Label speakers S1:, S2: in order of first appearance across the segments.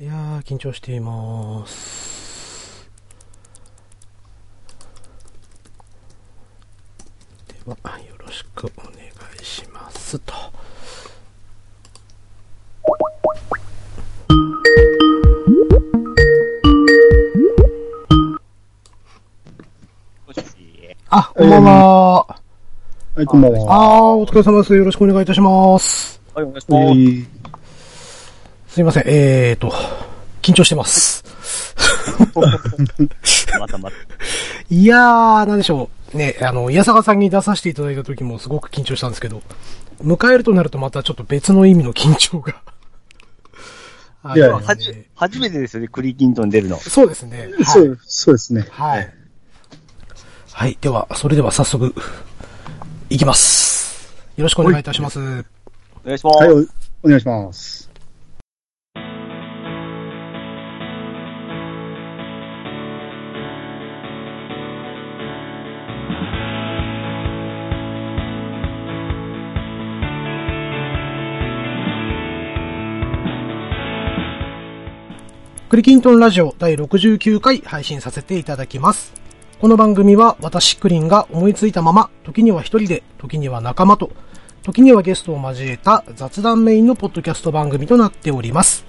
S1: いやー、緊張しています。では、よろしくお願いしますと。
S2: 少し、
S1: あ、こんばんは。
S3: はい、こんばんは。
S1: あー、お疲れ様です。よろしくお願いいたします。
S2: はい、お願いし
S3: え
S2: ます。
S3: ー
S1: すいません、えーと、緊張してます。
S2: またまた。
S1: いやー、なんでしょう。ね、あの、矢坂さんに出させていただいた時もすごく緊張したんですけど、迎えるとなるとまたちょっと別の意味の緊張が。あ
S3: いやいや
S1: ります
S2: は
S1: ね
S2: じ、初めてですよね、クリーキントン出るの。
S1: そうですね。
S3: そ
S1: はい。
S3: う、そうですね。
S1: はい。はい。では、それでは早速、いきます。よろしくお願いいたします。
S2: お願いします。
S3: はい、おお願いします。
S1: クリキントンラジオ第69回配信させていただきます。この番組は私クリンが思いついたまま、時には一人で、時には仲間と、時にはゲストを交えた雑談メインのポッドキャスト番組となっております。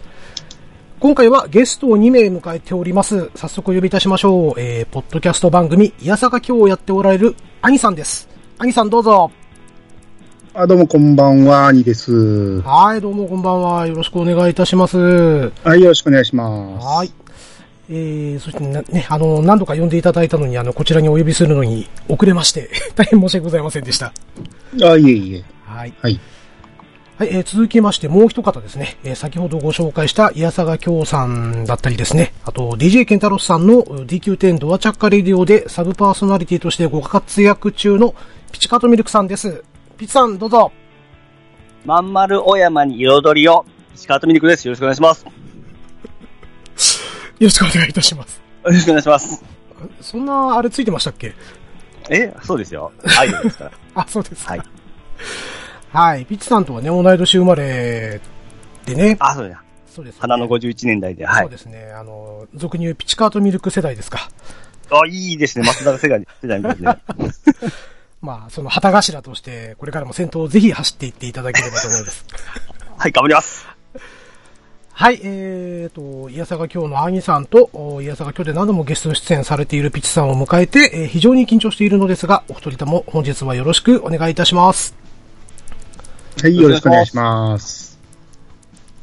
S1: 今回はゲストを2名迎えております。早速お呼びいたしましょう。えー、ポッドキャスト番組、いやさが今日をやっておられる、アニさんです。アニさんどうぞ。
S3: あ、どうもこんばんは、兄です。は
S1: はい、どうもこんばんは。よろしくお願いいたします。
S3: い、よろしくお願いします。
S1: はい。えー、そしてなね、あの、何度か呼んでいただいたのに、あの、こちらにお呼びするのに遅れまして、 大変申し訳ございませんでした。
S3: あ、いえいえ。
S1: はい。
S3: はい。
S1: はい、えー続きまして、もう一方ですね、えー先ほどご紹介した、いやさがきょうさんだったりですね、あと、DJ ケンタロスさんのう DQ10 ドアチャッカレディオでサブパーソナリティとしてご活躍中のピチカートミルクさんです。ピチさん、どうぞ。
S2: まんまるお山に彩りを、石川とみにくです。よろしくお願いします。よ
S1: よろしくお願いいたします。
S2: ろしくお願いします。
S1: そんな、あれついてましたっけ
S2: えそうですよ。アイドル ですから。
S1: あ、そうです。
S2: はい。
S1: はい。ピッチさんとはね、同い年生まれでね。
S2: あ、そうだ。
S1: そうです、ね。
S2: 花の51年代で。は
S1: そう
S2: い。
S1: ですね。あの、俗に言うピチカートミルク世代ですか。
S2: あ、いいですね。松坂世代に、世代にですね。
S1: まあ、その旗頭として、これからも先頭をぜひ走っていっていただければと思い ます。
S2: はい、頑張ります。
S1: はい、えーと、いやさが今日のアニさんと、おいやさが今日で何度もゲスト出演されているピチさんを迎えて、えー非常に緊張しているのですが、お二人とも本日はよろしくお願いいたします。
S3: はい、よろしくお願いします。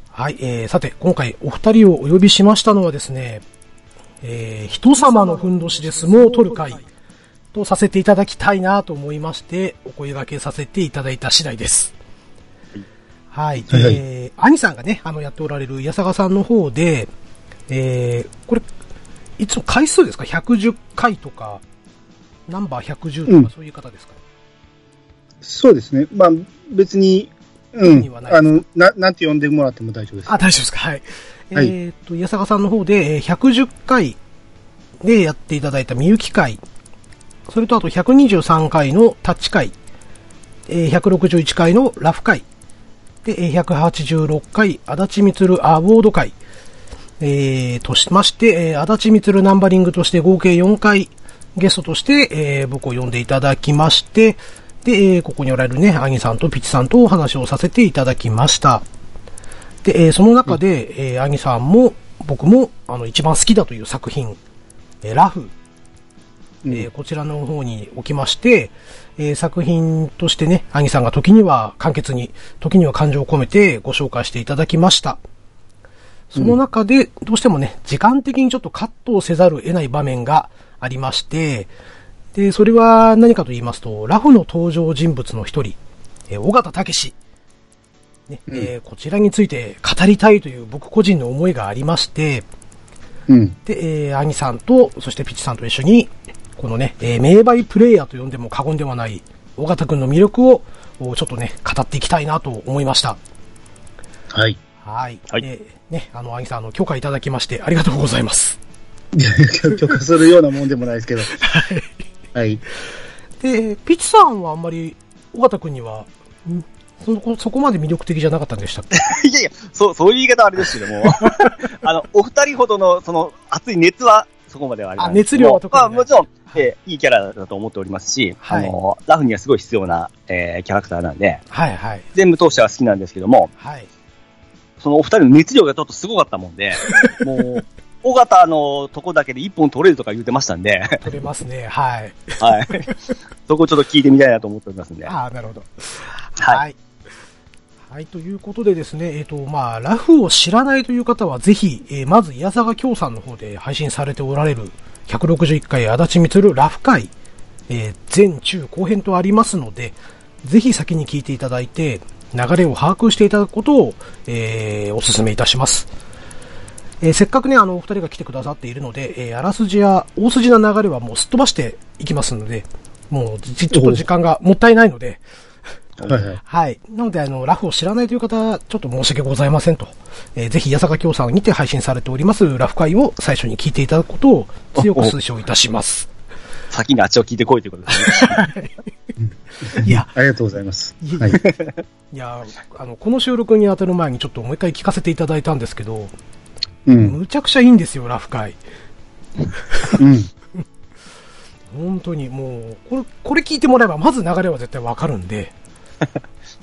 S1: はい、えー、さて、今回お二人をお呼びしましたのはですね、えー、人様のふんどしで相撲を取る会とさせていただきたいなと思いまして、お声掛けさせていただいた次第です。はい、
S3: はいはい
S1: えー、兄さんがね、あの、やっておられる矢坂さんの方で、えー、これ、いつも回数ですか ?110 回とか、ナンバー110とか、
S3: うん
S1: そういう方ですか、
S3: そうですね。まあ、別に、う
S1: 意味
S3: ん
S1: は。ない
S3: あの、な、なんて呼んでもらっても大丈夫です。
S1: あ、大丈夫ですか。はい。
S3: はい
S1: えーっと、矢坂さんの方で、えー110回でやっていただいたみゆき会、それとあと123回のタッチ会、えー161回のラフ会、で、えー186回、足立みつるアワード会、えーとしまして、えー足立みつるナンバリングとして合計4回ゲストとして、えー僕を呼んでいただきまして、で、えーここにおられるね、アニさんとピチさんとお話をさせていただきました。で、えーその中で、えー、アニさんも、僕も、あの、一番好きだという作品、えーラフ、
S3: うん
S1: えーこちらの方におきまして、えー作品としてね、アニさんが時には簡潔に、時には感情を込めてご紹介していただきました。その中で、どうしてもね、時間的にちょっとカットをせざるを得ない場面がありまして、で、それは何かと言いますと、ラフの登場人物の一人、えー、尾形武史。ねえーこちらについて語りたいという僕個人の思いがありまして、
S3: うん。
S1: で、えー、兄さんと、そしてピチさんと一緒に、このね、えー名バイプレイヤーと呼んでも過言ではない、尾形くんの魅力を、おちょっとね、語っていきたいなと思いました。
S3: はい。
S1: はい。
S2: はい
S1: でね、あの、兄さん、あの、許可いただきまして、ありがとうございます。
S3: いや許可するようなもんでもないですけど。 はい。
S1: で、ピチさんはあんまり、尾形くんには、んそこ、そこまで魅力的じゃなかったんでしたっけ
S2: いやいや、そう、そういう言い方はあれですけども、あの、お二人ほどの、その、熱い熱は、そこまではありません
S1: あ熱量は特に
S2: ま
S1: な
S2: あ、
S1: い
S2: もちろん、えーいいキャラだと思っておりますし、
S1: はい
S2: あの、ラフにはすごい必要な、えーキャラクターなんで、
S1: はいはい。
S2: 全部通しては好きなんですけども、
S1: はい。
S2: そのお二人の熱量がちょっとすごかったもんで、もう、尾形のとこだけで一本取れるとか言ってましたんで、
S1: 取れますね。 はい。
S2: はい。そこちょっと聞いてみたいなと思っておりますんで。
S1: ああ、なるほど。
S2: はい
S1: はい。はい、ということでですね、えっ、と、まあ、ラフを知らないという方は、ぜひ、えーまず、矢坂京さんの方で配信されておられる、161回足立光ラフ会、えー前中後編とありますので、ぜひ先に聞いていただいて、流れを把握していただくことを、えーお勧めいたします。えーせっかくね、あの、お二人が来てくださっているので、えーあらすじや、大筋な流れはもうすっ飛ばしていきますので、もう、じちょっと時間がもったいないので、
S3: はいはい。
S1: はい。なので、あの、ラフを知らないという方は、ちょっと申し訳ございませんと。えーぜひ、八坂京さんにて配信されております、ラフ会を最初に聞いていただくことを強く推奨いたします。
S2: 先にあっちを聞いてこいということですね。
S1: いや、
S3: ありがとうございます
S1: いえいえ。
S3: はい。
S1: いや、あの、この収録に当たる前にちょっともう一回聞かせていただいたんですけど、
S3: うん。
S1: むちゃくちゃいいんですよ、ラフ会。
S3: うん。
S1: 本当に、もう、これ、これ聞いてもらえば、まず流れは絶対わかるんで。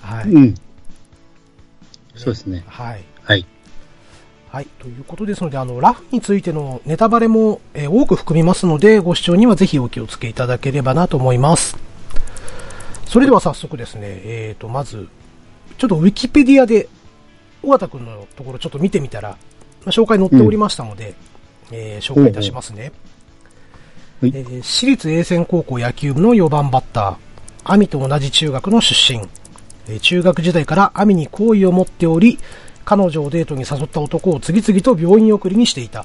S1: はい。
S3: うん。そうですね。
S1: はい。
S3: はい。
S1: はい、ということですので、あの、ラフについてのネタバレも、えー多く含みますので、ご視聴にはぜひお気をつけいただければなと思います。それでは早速ですね、えーと、まず、ちょっとウィキペディアで、尾形くんのところちょっと見てみたら、まあ紹介載っておりましたので、えー紹介いたしますね。
S3: は
S1: え
S3: い
S1: ー私立栄専高校野球部の4番バッター、亜美と同じ中学の出身。えー中学時代から亜美に好意を持っており、彼女をデートに誘った男を次々と病院送りにしていた。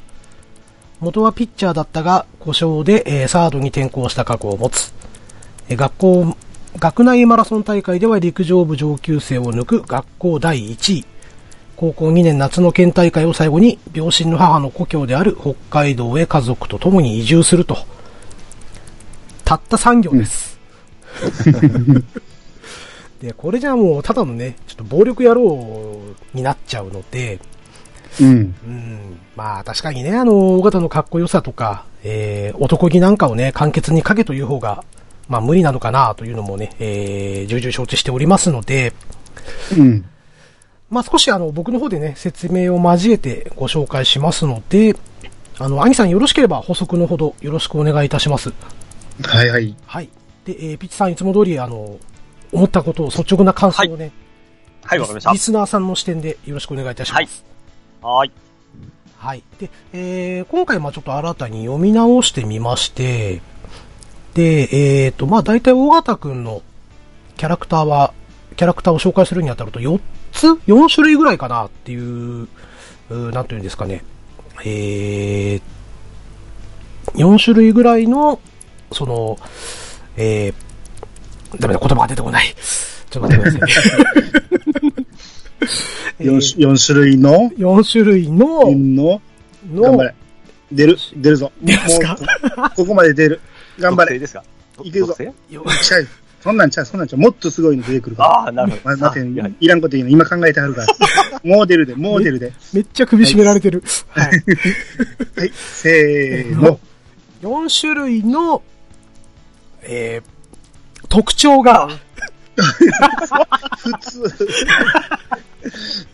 S1: 元はピッチャーだったが、故障で、えーサードに転向した過去を持つ。えー学校、学内マラソン大会では陸上部上級生を抜く学校第1位。高校2年夏の県大会を最後に、病身の母の故郷である北海道へ家族と共に移住すると。たった3行です。 で、これじゃもうただのね、ちょっと暴力野郎になっちゃうので、
S3: うん。
S1: うん、まあ確かにね、あの、大型のかっこよさとか、えー、男気なんかをね、簡潔にかけという方が、まあ無理なのかなというのもね、えー、重々承知しておりますので、
S3: うん。
S1: まあ少しあの、僕の方でね、説明を交えてご紹介しますので、あの、アニさんよろしければ補足のほどよろしくお願いいたします。
S3: はいはい。
S1: はい。で、えー、ピッチさんいつも通り、あの、思ったことを率直な感想をね、
S2: はい、わかりました
S1: リ。スナーさんの視点でよろしくお願いいたします。
S2: はーい。
S1: はい。で、えー今回、まあちょっと新たに読み直してみまして、で、えっ、と、まあ大体、大型くんのキャラクターは、キャラクターを紹介するにあたると、4つ ?4 種類ぐらいかなっていう、うーなんていうんですかね。えー、4種類ぐらいの、その、えー、ダメだ、言葉が出てこない。ちょっと待ってください。 え
S3: 四
S1: ー
S3: 種四種類の、
S1: 4種類の、
S3: の、頑
S1: の
S3: 張、れ。出る、出るぞ。
S1: 出ますか
S3: もうここまで出る。頑張
S2: 特定
S3: れ。
S2: ですか
S3: いけるぞ
S2: 特定
S1: よ
S3: ちゃう。そんなんちゃう、そんなんちゃう。もっとすごいの出てくるから。
S2: ああ、なるほ
S3: ま
S2: ど。
S3: 待
S2: あい
S3: っ
S2: や
S3: て、いらんこと言うの。今考えてはるから。もう出るで、もう出るで。
S1: めっちゃ首絞められてる。はい。
S3: はい、せーの。
S1: 4種類の、 えー、特徴が、
S3: 普通。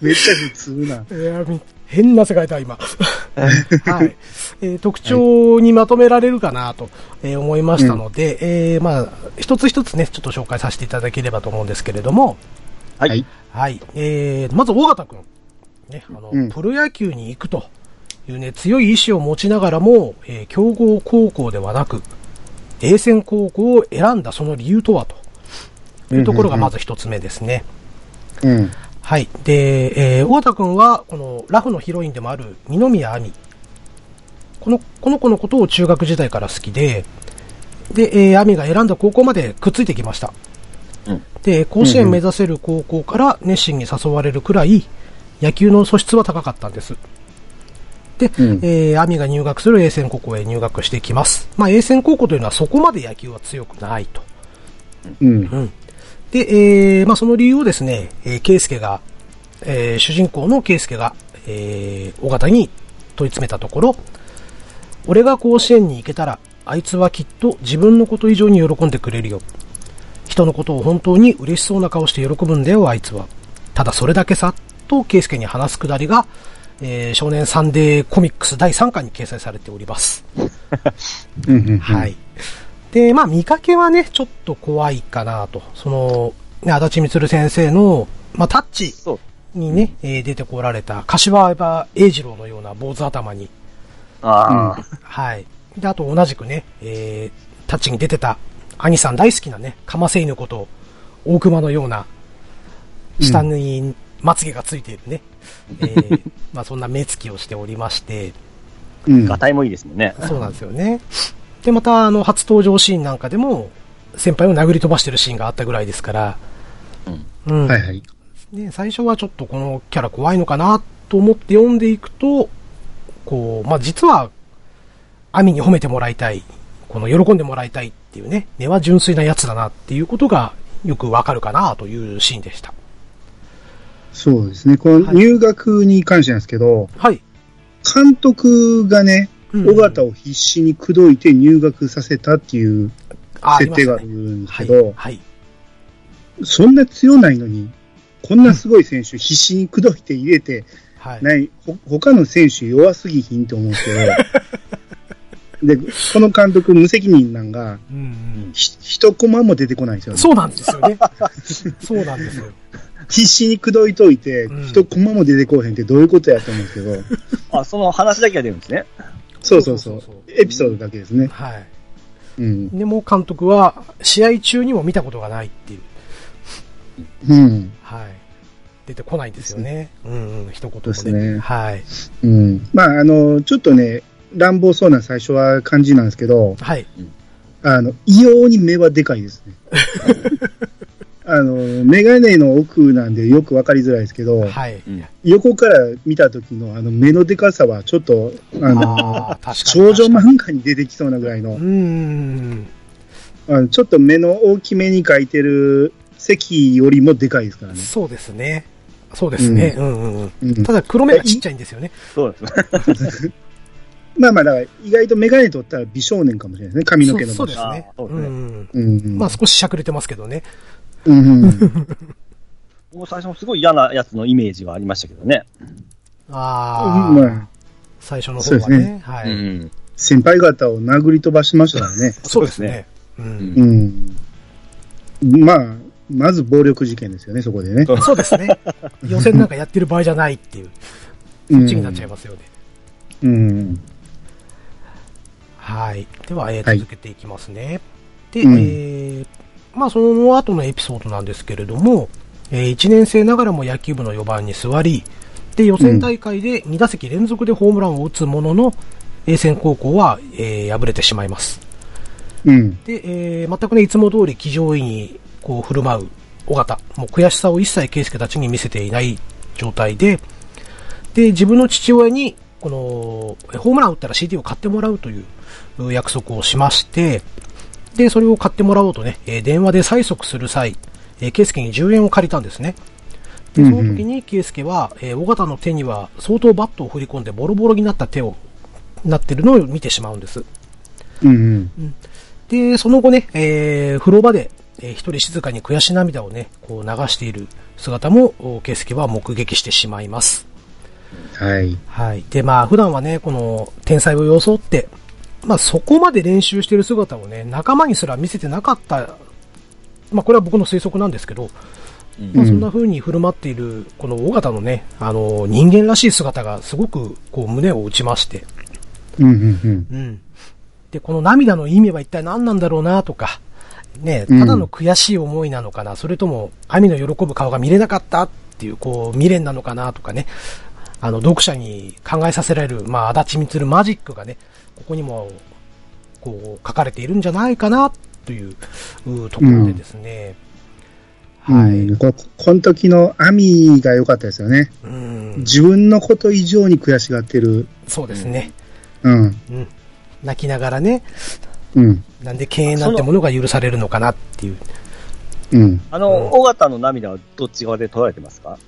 S3: めっちゃ普通な。
S1: えーみ変な世界だ、今。はい。えー特徴にまとめられるかなと、えー思いましたので、えーまあ、一つ一つね、ちょっと紹介させていただければと思うんですけれども、
S2: はい
S3: はい。
S1: はい。えー、まず、大型くん。ね、あの、
S3: うん
S1: プロ野球に行くというね、強い意志を持ちながらも、えー強豪高校ではなく、栄専高校を選んだその理由とはと。いうところがまず一つ目ですね。
S3: うん。
S1: はい。で、えー、尾形くんは、この、ラフのヒロインでもある、二宮亜美。この、この子のことを中学時代から好きで、で、えー、亜美が選んだ高校までくっついてきました。
S2: うん
S1: で、甲子園目指せる高校から熱心に誘われるくらい、野球の素質は高かったんです。で、
S3: うん
S1: えー、亜美が入学する栄専高校へ入学してきます。まあ、栄専高校というのはそこまで野球は強くないと。
S3: うん。
S1: うん。で、えーまあ、その理由をですね、えー、圭介が、えー主人公の圭介が、えー、尾形に問い詰めたところ、俺が甲子園に行けたら、あいつはきっと自分のこと以上に喜んでくれるよ。人のことを本当に嬉しそうな顔して喜ぶんだよ、あいつは。ただそれだけさ、と圭介に話すくだりが、えー少年サンデーコミックス第3巻に掲載されております。
S3: うんうんうん
S1: はい。で、まあ、見かけはね、ちょっと怖いかなと。その、ね、足立光先生の、まあ、タッチ
S2: そう。
S1: にね、えー出てこられた、柏葉英二郎のような坊主頭に、
S2: ああ、
S1: はい。で、あと同じくね、えー、タッチに出てた、兄さん大好きなね、かませ犬こと、大熊のような、下にまつげがついているね、えーまあそんな目つきをしておりまして、
S3: うん
S2: がたいもいいですもんね。
S1: そうなんですよね。で、また、あの、初登場シーンなんかでも、先輩を殴り飛ばしてるシーンがあったぐらいですから、うん。
S3: はいはい。
S1: ね、最初はちょっとこのキャラ怖いのかなと思って読んでいくと、こう、まあ、実は、アミに褒めてもらいたい、この喜んでもらいたいっていうね、根は純粋なやつだなっていうことがよくわかるかなというシーンでした。
S3: そうですね。こ
S1: は
S3: の
S1: い
S3: 入学に関してなんですけど、
S1: はい。
S3: 監督がね、
S1: うん
S3: 尾形を必死に口説いて入学させたっていう
S1: あ
S3: 設定があ
S1: あ
S3: る
S1: り
S3: んで
S1: ますした
S3: け
S1: ね
S3: ど、
S1: はい。はい。
S3: そんな強ないのに、こんなすごい選手必死に口説いて入れて、
S1: はい。
S3: ない、ほ他の選手弱すぎひんと思う んですけど、で、この監督無責任なんが、
S1: うんうん。
S3: ひ一コマも出てこないんですよ、ね。
S1: そうなんです よね。そうなんですよ。
S3: 必死に口説いといて、
S1: うん
S3: 一コマも出てこうへんってどういうことやと思うんですけ ど、
S2: あ、その話だけが出るんですね。
S3: そうそうそう
S1: そうそう。
S3: エピソードだけですね。
S1: はい。
S3: うん。
S1: でも監督は、試合中にも見たことがないっていう。
S3: うん。
S1: はい。出てこないんですよね。うんうん、一言
S3: で
S1: も
S3: す
S1: ね。
S3: ね
S1: はい。
S3: うん。まあ、あの、ちょっとね、乱暴そうな最初は感じなんですけど、
S1: はい。
S3: あの、異様に目はでかいです ね。あの、メガネの奥なんでよくわかりづらいですけど、
S1: はい。
S2: うん。
S3: 横から見た時のあの目のでかさはちょっと、あの、
S1: ああ、確かに。
S3: 少女漫画に出てきそうなぐらいの
S1: う、ん。
S3: あのちょっと目の大きめに描いてる席よりもでかいですからね。
S1: そうですね。そうですね。うんうんうん。
S3: うん
S1: ただ黒目がちっちゃいんですよね。
S2: そうです。
S3: まあまあ、だから意外とメガネ取ったら美少年かもしれないですね、髪の毛の
S1: そうそうで
S3: 部分
S1: すね。
S2: あー
S1: う
S2: そ
S1: ん
S2: うで
S1: う
S2: すね
S1: ん。
S3: うんうん
S1: まあ少ししゃくれてますけどね。
S3: うんうん
S2: もう最初もすごい嫌なやつのイメージはありましたけどね。
S1: あ
S3: ま
S1: あ
S3: あ、
S1: 最初の方は
S3: そうです
S1: ね
S3: ね。
S1: は
S2: う
S1: い。
S2: ん。
S3: 先輩方を殴り飛ばしましたからね。
S1: そうですね。う。
S2: うんん
S3: うん。まあ、まず暴力事件ですよね、そこでね。
S1: そうですね。 予選なんかやってる場合じゃないっていう、
S3: う
S1: こ
S3: ん
S1: っちになっちゃいますよね。
S3: うん。
S1: はい。では、えー
S3: はい
S1: 続けていきますね。で、
S3: うん
S1: えーまあ、その後のエピソードなんですけれども、え1年生ながらも野球部の4番に座り、で、予選大会で2打席連続でホームランを打つものの、栄仙高校は、えー敗れてしまいます。
S3: うん。
S1: で、えー全くね、いつも通り騎乗位にこう振る舞う尾形、もう悔しさを一切圭介たちに見せていない状態で、で、自分の父親に、この、えホームラン打ったら CD を買ってもらうというう約束をしまして、で、それを買ってもらおうとね、えー電話で催促する際、えー、圭介に10円を借りたんですね。で、その時に圭介は、えー、尾形の手には相当バットを振り込んでボロボロになった手を、なってるのを見てしまうんです。
S3: うん。
S1: で、その後ね、えー、風呂場で、えー一人静かに悔し涙をね、こう流している姿も、お圭介は目撃してしまいます。
S3: はい。
S1: はい。で、まあ、普段はね、この、天才を装って、まあ、そこまで練習している姿をね、仲間にすら見せてなかった、まあ、これは僕の推測なんですけど、まあ、そんな風に振る舞っている、この大型のね、あの、人間らしい姿がすごく、こう、胸を打ちまして、
S3: うんうんうん。
S1: うん。で、この涙の意味は一体何なんだろうなとか、ね、た
S3: うん
S1: だの悔しい思いなのかな、それとも、兄の喜ぶ顔が見れなかったっていう、こう、未練なのかなとかね、あの、読者に考えさせられる、まあ、足立光マジックがね、ここにも、こう、書かれているんじゃないかな、という、うところでですね、
S3: は
S1: はい
S3: い。ここの時のアミが良かったですよね。
S1: うん、
S3: 自分のこと以上に悔しがってる。
S1: そうですね、
S3: うん。
S1: うん。泣きながらね、
S3: うん。
S1: なんで敬遠なんてものが許されるのかなっていう。
S3: うん。
S2: あの、
S1: うん
S2: 尾形の涙はどっち側で取られてますか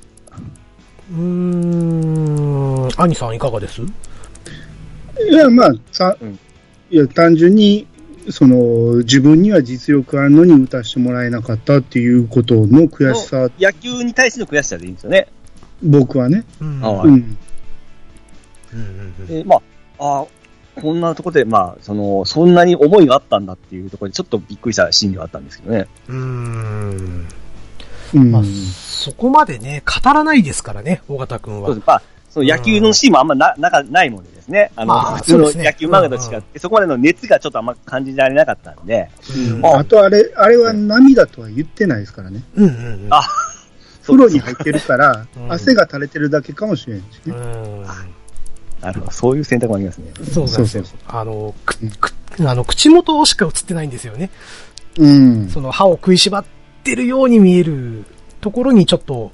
S1: うーん、兄さんいかがです
S3: いや、まあ、さ、
S2: うん
S3: いや、単純に、その、自分には実力あんのに打たしてもらえなかったっていうことの悔しさ、
S2: 野球に対しての悔しさでいいんですよね。
S3: 僕はね。
S1: うん
S2: あは
S1: う
S2: い
S3: うん。
S1: んうんうん
S2: で、まあ、あーこんなとこで、まあ、その、そんなに思いがあったんだっていうところで、ちょっとびっくりしたシーンではあったんですけどね。
S1: うーん。
S3: うん。
S1: まあ、そこまでね、語らないですからね、尾形くん
S2: そう
S1: は。
S2: です。まあ、その野球のシーンもあんまな、なか、ないもんでですね。あの、
S1: まあ
S2: 普通
S1: そう
S2: の
S1: ですね
S2: 野球漫画と違って、そこまでの熱がちょっとあんま感じられなかったんで、
S1: うん
S2: あ
S3: あとあれ、あれは涙とは言ってないですからね。
S1: うんうんうん。
S2: あ
S3: 風呂に入ってるから
S1: う、ん
S3: 汗が垂れてるだけかもしれんし
S1: う
S3: ね。
S1: ん。
S2: なるほど、そういう選択もありますね。
S1: そうなんですよ
S3: そうそうそ。
S1: あの、く、く、あの、口元しか映ってないんですよね。
S3: うん。
S1: その歯を食いしばってるように見えるところにちょっと、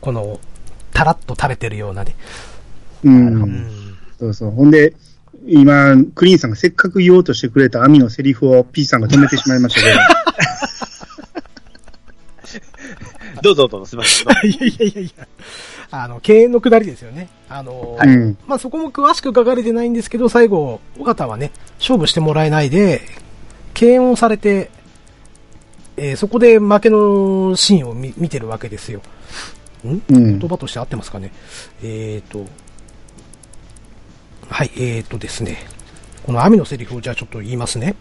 S1: この、たらっと垂れてるようなね。
S3: う。
S1: うんん。
S3: そうそう。ほんで、今、クリーンさんがせっかく言おうとしてくれた網のセリフを P さんが止めてしまいましたけど。
S2: どうぞどうぞ、すみません。
S1: いやいやいやいや。あの、敬遠の下りですよね。あの、
S3: うん。
S1: まあ、そこも詳しく書かれてないんですけど、最後、尾形はね、勝負してもらえないで、敬遠をされて、えーそこで負けのシーンを見見てるわけですよ。
S3: うん
S1: 言。葉として合ってますかね。えっ、と、はい、えっ、とですね。この網のセリフをじゃあちょっと言いますね。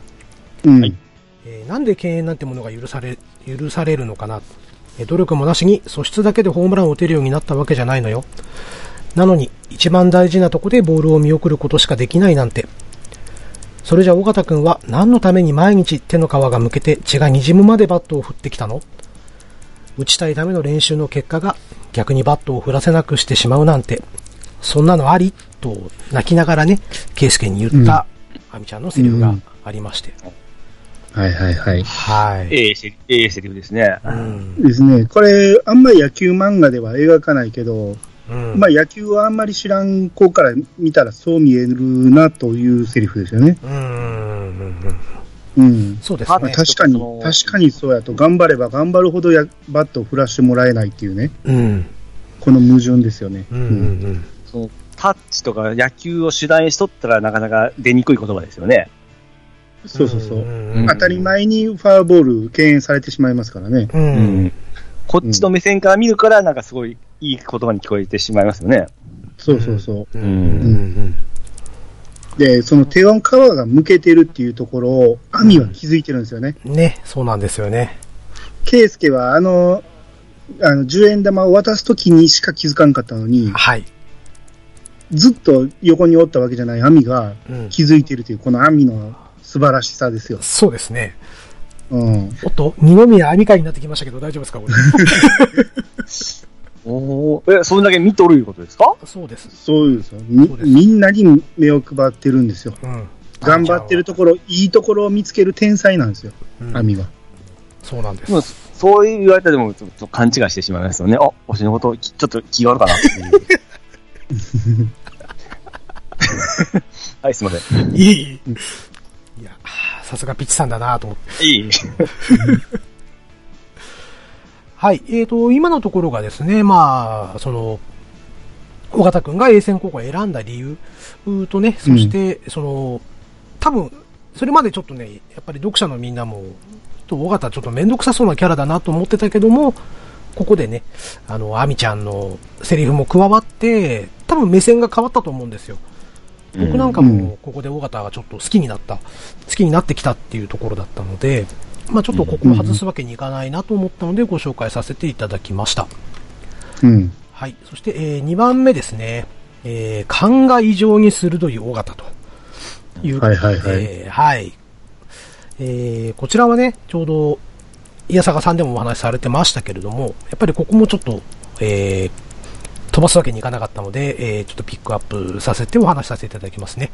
S3: うん。
S1: えーなんで敬遠なんてものが許され、許されるのかな。えー努力もなしに素質だけでホームランを打てるようになったわけじゃないのよ。なのに、一番大事なとこでボールを見送ることしかできないなんて。それじゃ尾形くんは何のために毎日手の皮がむけて血が滲むまでバットを振ってきたの打ちたいための練習の結果が逆にバットを振らせなくしてしまうなんて、そんなのありと泣きながらね、圭介に言った、亜美ちゃんのセリフがありまして。
S3: はいはいはい。
S1: はい。
S2: ええセええセリフですね。
S1: うん
S3: ですね。これ、あんまり野球漫画では描かないけど、
S1: うん
S3: まあ野球はあんまり知らん子から見たらそう見えるなというセリフですよね。
S1: うんうんうんうん
S3: うん。
S1: そうです
S2: まあ
S3: まあ
S1: ね。
S3: 確かに
S2: ちょっ、とその
S3: 確かにそうやと、頑張れば頑張るほどやバットを振らしてもらえないっていうね、
S1: うん。
S3: この矛盾ですよね。
S1: うんうん
S2: そのタッチとか野球を主題にしとったらなかなか出にくい言葉ですよね。
S3: そうそうそう。
S1: ん
S2: うん
S3: 当たり前にファーボール敬遠されてしまいますからね。
S1: うん。うん。
S2: こっちの目線から見るから、なんかすごいいい言葉に聞こえてしまいますよね。
S3: そうそうそう。
S1: うん
S2: ん
S1: うん
S3: で、その手の皮が向けてるっていうところを、アミは気づいてるんですよね。
S1: うん。ね、そうなんですよね。
S3: ケイスケはあの、あの、10円玉を渡すときにしか気づかんかったのに、
S1: はい。
S3: ずっと横におったわけじゃないアミが
S1: うん
S3: 気づいてるという、このアミの素晴らしさですよ。
S1: そうですね。
S3: うん。
S1: おっと、二宮あみ会になってきましたけど大丈夫 ですかこれ。
S2: おお。え、それだけ見とるいうことですか
S1: そうです。
S3: そうですよ。み
S1: そうです
S3: みんなに目を配ってるんですよ。
S1: うん。
S3: 頑張ってるところ、いいところを見つける天才なんですよ、
S1: うん
S3: アミは。
S1: そうなんで
S2: でも
S1: す。
S2: そそう言われたらでも、ちょっと勘違いしてしまいますよね。あ、わしのこと、きちょっと気がある かなっていうはい、すいません。
S1: いい。いや、さすがピッチさんだなと思って。
S2: いい。
S1: はい。えーと、今のところがですね、まあ、その、尾形くんが栄戦高校を選んだ理由うーとね、そして、その、多分、それまでちょっとね、やっぱり読者のみんなも、ちょっと尾形ちょっとめんどくさそうなキャラだなと思ってたけども、ここでね、あの、アミちゃんのセリフも加わって、多分目線が変わったと思うんですよ。僕なんか
S3: うん
S1: も、ここで尾形がちょっと好きになった、好きになってきたっていうところだったので、まあちょっとここを外すわけにいかないなと思ったので、ご紹介させていただきました。
S3: うん。
S1: はい。そして、え2番目ですね。えー、勘が異常に鋭い尾形ということで、
S3: はいはいはい
S1: えーはいえーこちらはね、ちょうど、伊坂さんでもお話しされてましたけれども、やっぱりここもちょっと、えー飛ばすわけにいかなかったので、えーちょっとピックアップさせてお話しさせていただきますね。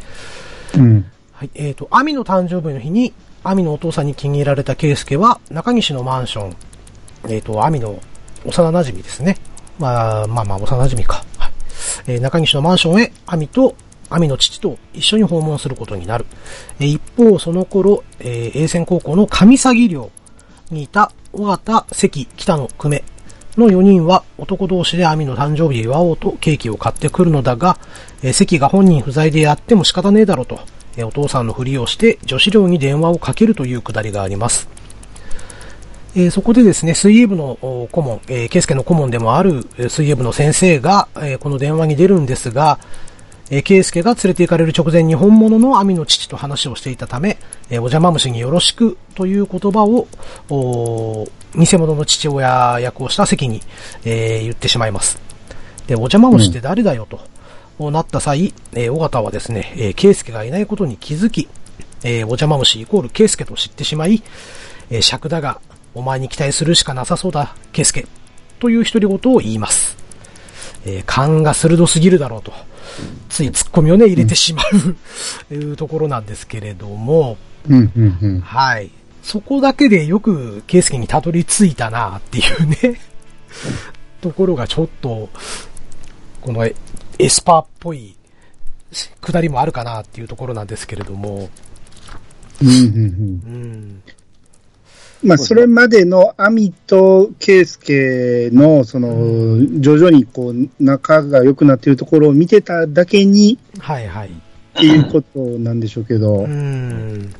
S3: うん。
S1: はい、えっ、と、アミの誕生日の日に、アミのお父さんに気に入られた圭介は、中西のマンション、えっ、と、アミの幼馴染ですね。まあ、まあまあ、幼馴染か。はい。えー中西のマンションへ、アミと、アミの父と一緒に訪問することになる。えー一方、その頃、えー、栄泉高校の上詐欺寮にいた尾尾形、関、北野、久米の4人は男同士で網の誕生日を祝おうとケーキを買ってくるのだが、えー関が本人不在でやっても仕方ねえだろうと、えーお父さんのふりをして女子寮に電話をかけるというくだりがあります。えーそこでですね、水泳部のお顧問、えー、圭介の顧問でもあるえー水泳部の先生が、えーこの電話に出るんですが、えー、圭介が連れて行かれる直前に本物の網の父と話をしていたため、えーお邪魔虫によろしくという言葉を、おー偽物の父親役をした関に、えー言ってしまいます。で、お邪魔虫って誰だよと、なった際、えー、尾形はですね、えー、圭介がいないことに気づき、えーお邪魔虫イコール圭介と知ってしまい、えー尺だが、お前に期待するしかなさそうだ、圭介。という独り言を言います。えー勘が鋭すぎるだろうと、つい突っ込みをね、入れてしまう、いうところなんですけれども、
S3: うん、うん、うん。
S1: はい。そこだけでよく、圭介にたどり着いたな、っていうね、ところがちょっと、このエエスパーっぽい、くだりもあるかな、っていうところなんですけれども、
S3: うん、うん、うん。
S1: うん。
S3: まあ、それまでのアミとケイスケの、その、徐々にこう、仲が良くなっているところを見てただけに、
S1: はいはい。
S3: っていうことなんでしょうけど
S1: う、ん。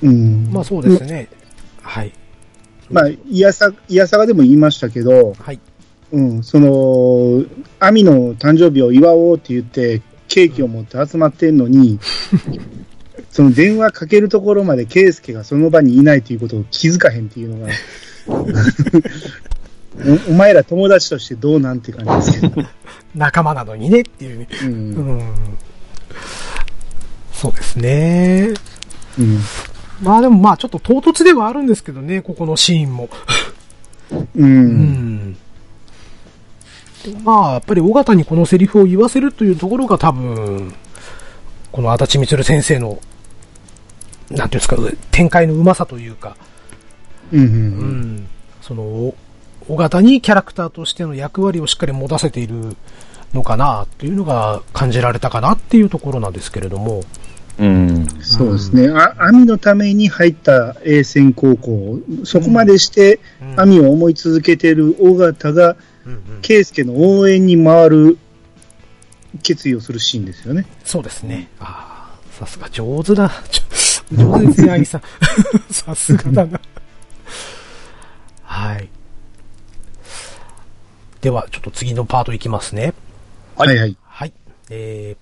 S3: うん。
S1: まあそうですね。はい。
S3: まあ、いやさ、いやさがでも言いましたけど、
S1: はい。
S3: うん、その、アミの誕生日を祝おうって言って、ケーキを持って集まってん のに、その電話かけるところまでケイスケがその場にいないということを気づかへんっていう のが、おお前ら友達としてどうなんて感じですけど、
S1: 仲間なのにね、っていうね。
S3: う
S1: うんん。そうですね。
S3: うん
S1: まあでもまあちょっと唐突ではあるんですけどね、ここのシーンも。
S3: う
S1: うんん。でもまあやっぱり尾形にこのセリフを言わせるというところが多分、この足立光先生の、なんていうんですか、展開のうまさというか、
S3: うんう
S1: うんん、その、尾形にキャラクターとしての役割をしっかり持たせているのかなっていうのが感じられたかなっていうところなんですけれども、
S2: うん。
S3: そうですね、あアミのために入った栄泉高校、そこまでして
S1: うん
S3: アミを思い続けている尾形が、
S1: うんうん
S3: 圭介の応援に回る決意をするシーンですよね。
S1: そうですね。ああ、さすが上手だ。 ちょ上手ですね、アギさん。 さすがだな。はい。では、ちょっと次のパートいきますね。
S2: はい
S3: はいはい。
S1: はい。え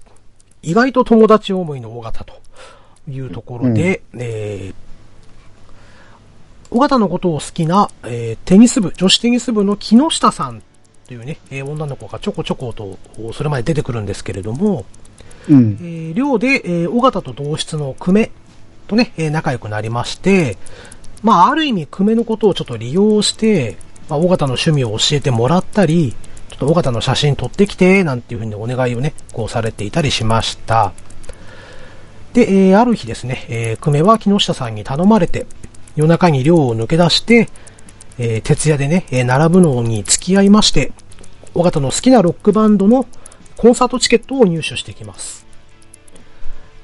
S1: ー、意外と友達思いの尾形というところで、えー、尾形のことを好きな、えーテニス部、女子テニス部の木下さんというね、えー女の子がちょこちょこと、それまで出てくるんですけれども、
S3: うん
S1: え。ー寮で、えー尾形と同室の久米とね、えー仲良くなりまして、まあ、ある意味久米のことをちょっと利用して、まあ、尾形の趣味を教えてもらったり、ちょっと尾形の写真撮ってきて、なんていうふうにお願いをね、こうされていたりしました。で、えーある日ですね、えー久米は木下さんに頼まれて、夜中に寮を抜け出して、えー徹夜でね、えー並ぶのに付き合いまして、尾形の好きなロックバンドのコンサートチケットを入手してきます。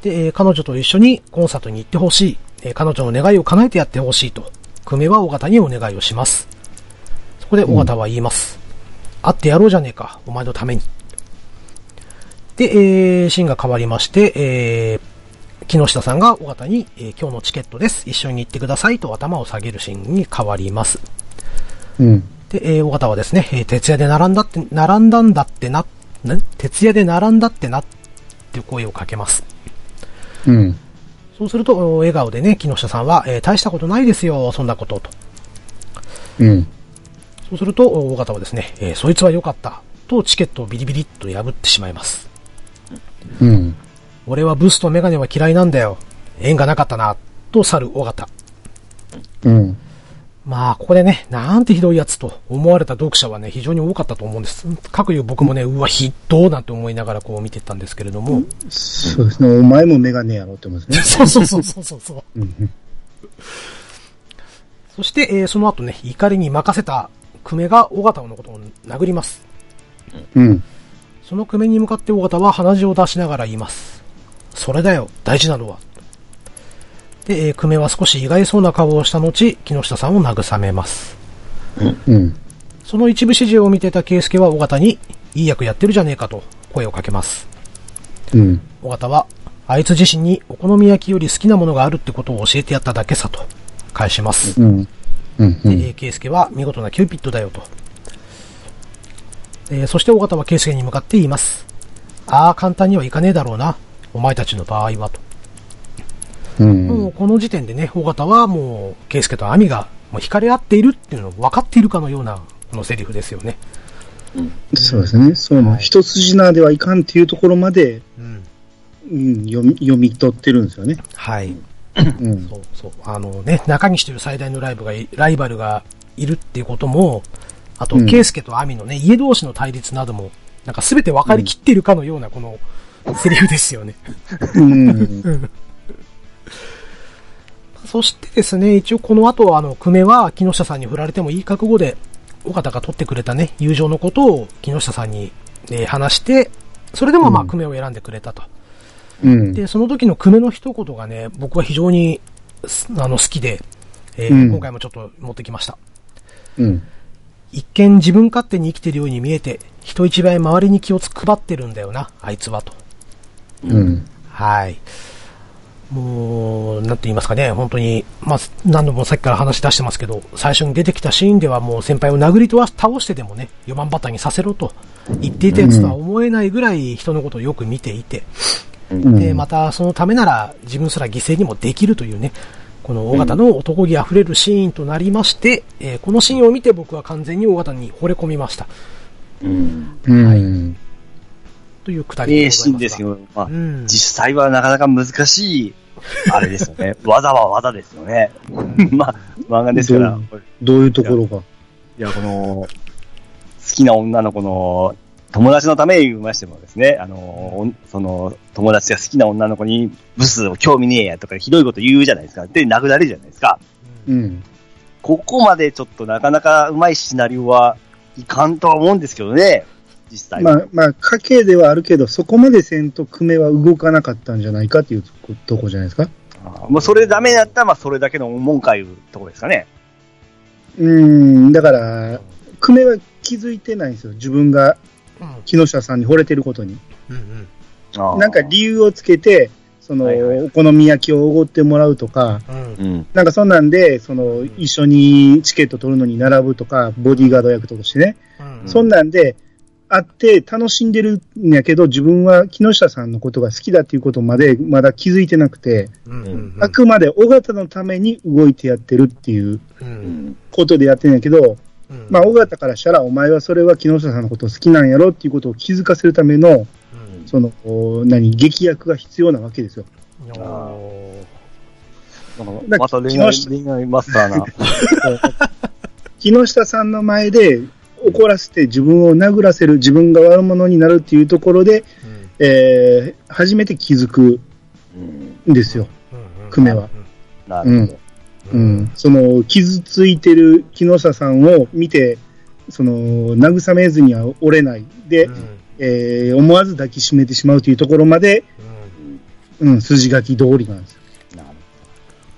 S1: で、えー彼女と一緒にコンサートに行ってほしい、えー彼女の願いを叶えてやってほしいと、久米は尾形にお願いをします。そこで尾形は言います。会ってやろうじゃねえか、お前のために。で、えーシーンが変わりまして、えー木下さんが尾形に、えー今日のチケットです。一緒に行ってくださいと頭を下げるシーンに変わります。
S3: うん。
S1: で、えー、尾形はですね、えー徹夜で並んだって、並んだんだってな、ん徹夜で並んだってなっていう声をかけます。
S3: うん。
S1: そうすると、お笑顔でね、木下さんは、えー大したことないですよ、そんなこと、と。
S3: うん。
S1: そうすると、お尾形はですね、えーそいつは良かった、とチケットをビリビリっと破ってしまいます。
S3: うん。
S1: 俺はブスとメガネは嫌いなんだよ。縁がなかったな、と去る尾形。
S3: うん。
S1: まあ、ここでね、なんてひどいやつと思われた読者はね、非常に多かったと思うんです。かくいう僕もね、うわ、ひどーなんて思いながらこう見てたんですけれども。
S3: そうですね。お前もメガネやろって思いますね。
S1: そうそうそうそうそうそう。
S3: うん。
S1: そして、えーその後ね、怒りに任せた久米が尾形のことを殴ります。
S3: うん。
S1: その久米に向かって尾形は鼻血を出しながら言います。それだよ、大事なのは。で、えー久米は少し意外そうな顔をした後、木下さんを慰めます。
S3: うん。
S1: その一部始終を見てた圭介は尾形に、いい役やってるじゃねえかと声をかけます。
S3: うん。
S1: 尾形は、あいつ自身にお好み焼きより好きなものがあるってことを教えてやっただけさと、返します。
S3: うん。うん。う
S1: え
S3: ん
S1: ー、圭介は見事なキューピッドだよと。えーそして尾形は圭介に向かって言います。ああ、簡単にはいかねえだろうな。お前たちの場合はと。
S3: うん。
S1: もうこの時点でね、尾形はもう、圭介と亜美がもう惹かれ合っているっていうのを分かっているかのような、このセリフですよね。
S3: そうですね。そういうの、
S1: はい
S3: 一筋縄ではいかんっていうところまで、
S1: うん。
S3: うん、読み読み取ってるんですよね。
S1: はい。
S3: うん。
S1: そうそう。あのね、中西という最大のライブがい、ライバルがいるっていうことも、あと
S3: う、ん
S1: 圭介と亜美のね、家同士の対立なども、なんか全て分かりきっているかのような、この、セリフですよね。
S3: うん。
S1: そしてですね、一応この後は、あの、久米は木下さんに振られてもいい覚悟で、尾形が取ってくれたね、友情のことを木下さんに、えー話して、それでもまあ、
S3: うん
S1: 久米を選んでくれたと。
S3: うん。
S1: で、その時の久米の一言がね、僕は非常に、すあの、好きで、えー
S3: うん
S1: 今回もちょっと持ってきました。
S3: うん。
S1: 一見自分勝手に生きてるように見えて、人一倍周りに気を配ってるんだよな、あいつはと。
S3: うん。
S1: はい。もう、なんて言いますかね、本当に、まあ、何度もさっきから話し出してますけど、最初に出てきたシーンではもう先輩を殴りとは倒してでもね、4番バッターにさせろと言っていたやつとは思えないぐらい人のことをよく見ていて、
S3: うん
S1: で、またそのためなら自分すら犠牲にもできるというね、この大型の男気あふれるシーンとなりまして、えーこのシーンを見て僕は完全に大型に惚れ込みました。
S2: うん。
S3: うん。
S1: というくだりでござい
S2: 名
S1: ますが。
S2: シーンですけど、まあ、
S1: うん
S2: 実際はなかなか難しい、あれですよ ね。技は技ですよね。まあ、漫画ですから、これ
S3: どういうところが。
S2: いや、この、好きな女の子の、友達のために言いましてもですね、あの、おんその、友達が好きな女の子に、ブスを興味ねえやとか、ひどいこと言うじゃないですか。で、殴られるじゃないですか。
S3: うん。
S2: ここまでちょっとなかなかうまいシナリオはいかんとは思うんですけどね、実際。
S3: まあ、まあ、家系ではあるけど、そこまでせんと久米は動かなかったんじゃないかっていうとことこじゃないですか。
S2: もうそれダメだったら、まあそれだけの文回いうとこですかね。
S3: うん。だから、久米は気づいてないんですよ。自分が
S1: うん
S3: 木下さんに惚れてることに。
S1: うんうん
S2: あー
S3: なんか理由をつけて、その、
S2: はいはい
S3: お好み焼きをおごってもらうとか、
S1: うん
S2: うん。
S3: なんかそんなんで、その、一緒にチケット取るのに並ぶとか、ボディーガード役とかしてね、
S1: うん
S3: そんなんで、会って楽しんでるんやけど、自分は木下さんのことが好きだっていうことまで、まだ気づいてなくて、
S1: うんうん
S3: あくまで尾形のために動いてやってるっていう
S1: う
S2: うんん。
S3: ことでやってんやけど、
S1: うん
S3: まあ、尾形からしたら、お前はそれは木下さんのこと好きなんやろっていうことを気づかせるための、
S1: うん
S3: その、お何、劇薬が必要なわけですよ。
S1: いやー
S2: なん
S3: だ
S2: かまた恋
S3: 木
S2: 愛、
S3: 下
S2: 恋愛マスター な。
S3: 木下さんの前で怒らせて自分を殴らせる、自分が悪者になるっていうところで、
S1: うん
S3: えー、初めて気づく
S2: うん。
S3: んですよ、
S1: うんうん
S3: 久米は。
S2: なるほど。
S3: う。ん。その、傷ついてる木下さんを見て、その、慰めずには折れない。で、
S1: うん
S3: えー思わず抱きしめてしまうというところまで、うん、筋書き通りなんですよ。
S2: なるほ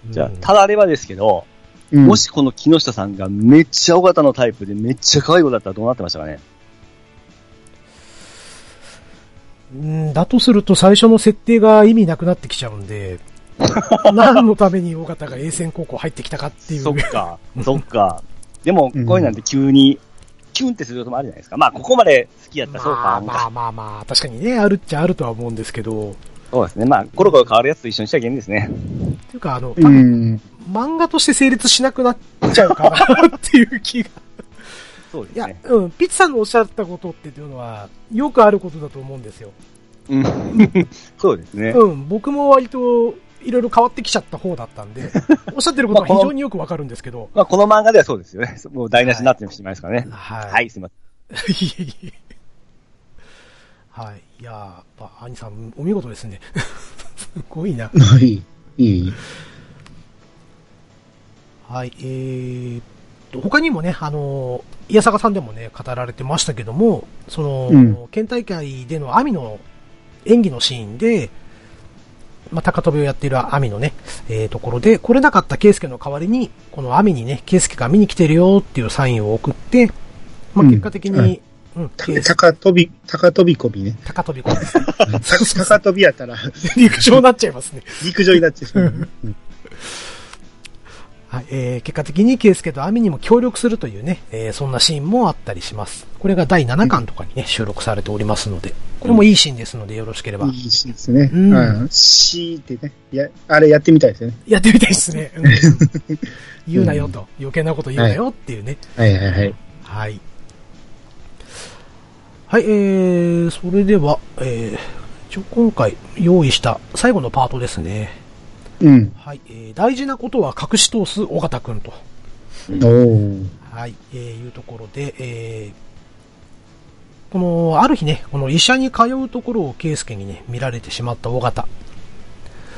S1: うん
S2: どじゃあ、ただあればですけど、
S3: うん、
S2: もしこの木下さんがめっちゃ尾形のタイプでめっちゃ可愛い子だったらどうなってましたかね
S1: うんだとすると最初の設定が意味なくなってきちゃうん で、何のために大方が栄戦高校入ってきたかっていう。
S2: そっか、そっか。でも、こういうなんて急に、キュンってすることもあるじゃないですか。まあ、ここまで好きやったらそう
S1: ま
S2: か
S1: あ、
S2: 昔
S1: まあまあまあ、確かにね、あるっちゃあるとは思うんですけど、
S2: そうですね。まあ、コロコロ変わるやつと一緒にしちゃいけんですね。
S1: っていうか、あの、
S3: う
S1: 多分
S3: ん。
S1: 漫画として成立しなくなっちゃうかなっていう気が。
S2: そうで
S1: い
S2: す
S1: や
S2: ね、。
S1: うん、ピッツさんのおっしゃったことっていうのは、よくあることだと思うんですよ。
S2: うんそうですね。
S1: うん、僕も割と、いろいろ変わってきちゃった方だったんで、おっしゃってることは非常によくわかるんですけど。
S2: まあ、この漫画ではそうですよね。もう台無しになってしまいますからね。
S1: は
S2: はい、すいません。
S1: いえいえはい。いやーやっぱ、兄さん、お見事ですね。 すごいな。
S3: はい。いい。
S1: はい。えーっと、他にもね、あのー、宮坂さんでもね、語られてましたけども、その、
S3: うん
S1: 県大会での網の演技のシーンで、まあ、高飛びをやっているアミのね、えーところで、来れなかったケイスケの代わりに、このアミにね、ケイスケが見に来てるよっていうサインを送って、まあ、
S3: うん
S1: 結果的
S3: は
S1: に
S3: い、
S1: うん、
S3: た
S1: ケイスケ、
S3: 高飛び、高飛び込みね。
S1: 高飛び込ん ですね。
S3: た高飛びや ったら、
S1: 陸上になっちゃいますね。
S3: 陸上になっちゃう。うん
S1: はい、えー、結果的にケイスケとアミにも協力するというね、えー、そんなシーンもあったりします。これが第7巻とかにね、収録されておりますので、これもいいシーンですので、よろしければ、
S3: いいシーンですね。
S1: うん
S3: うん。シーってね。いや、あれやってみたいですよね。
S1: やってみたいですね。うん言うなよと、余計なこと言うなよっていうね。
S3: はいはいはい。
S1: はい。はい、えー、それでは、えー、一応今回用意した最後のパートですね。
S3: うん。
S1: はい、えー、大事なことは隠し通す尾形くんと、
S3: おー。
S1: はい、えー、いうところで、えー、この、ある日ね、この医者に通うところを圭介にね、見られてしまった尾形。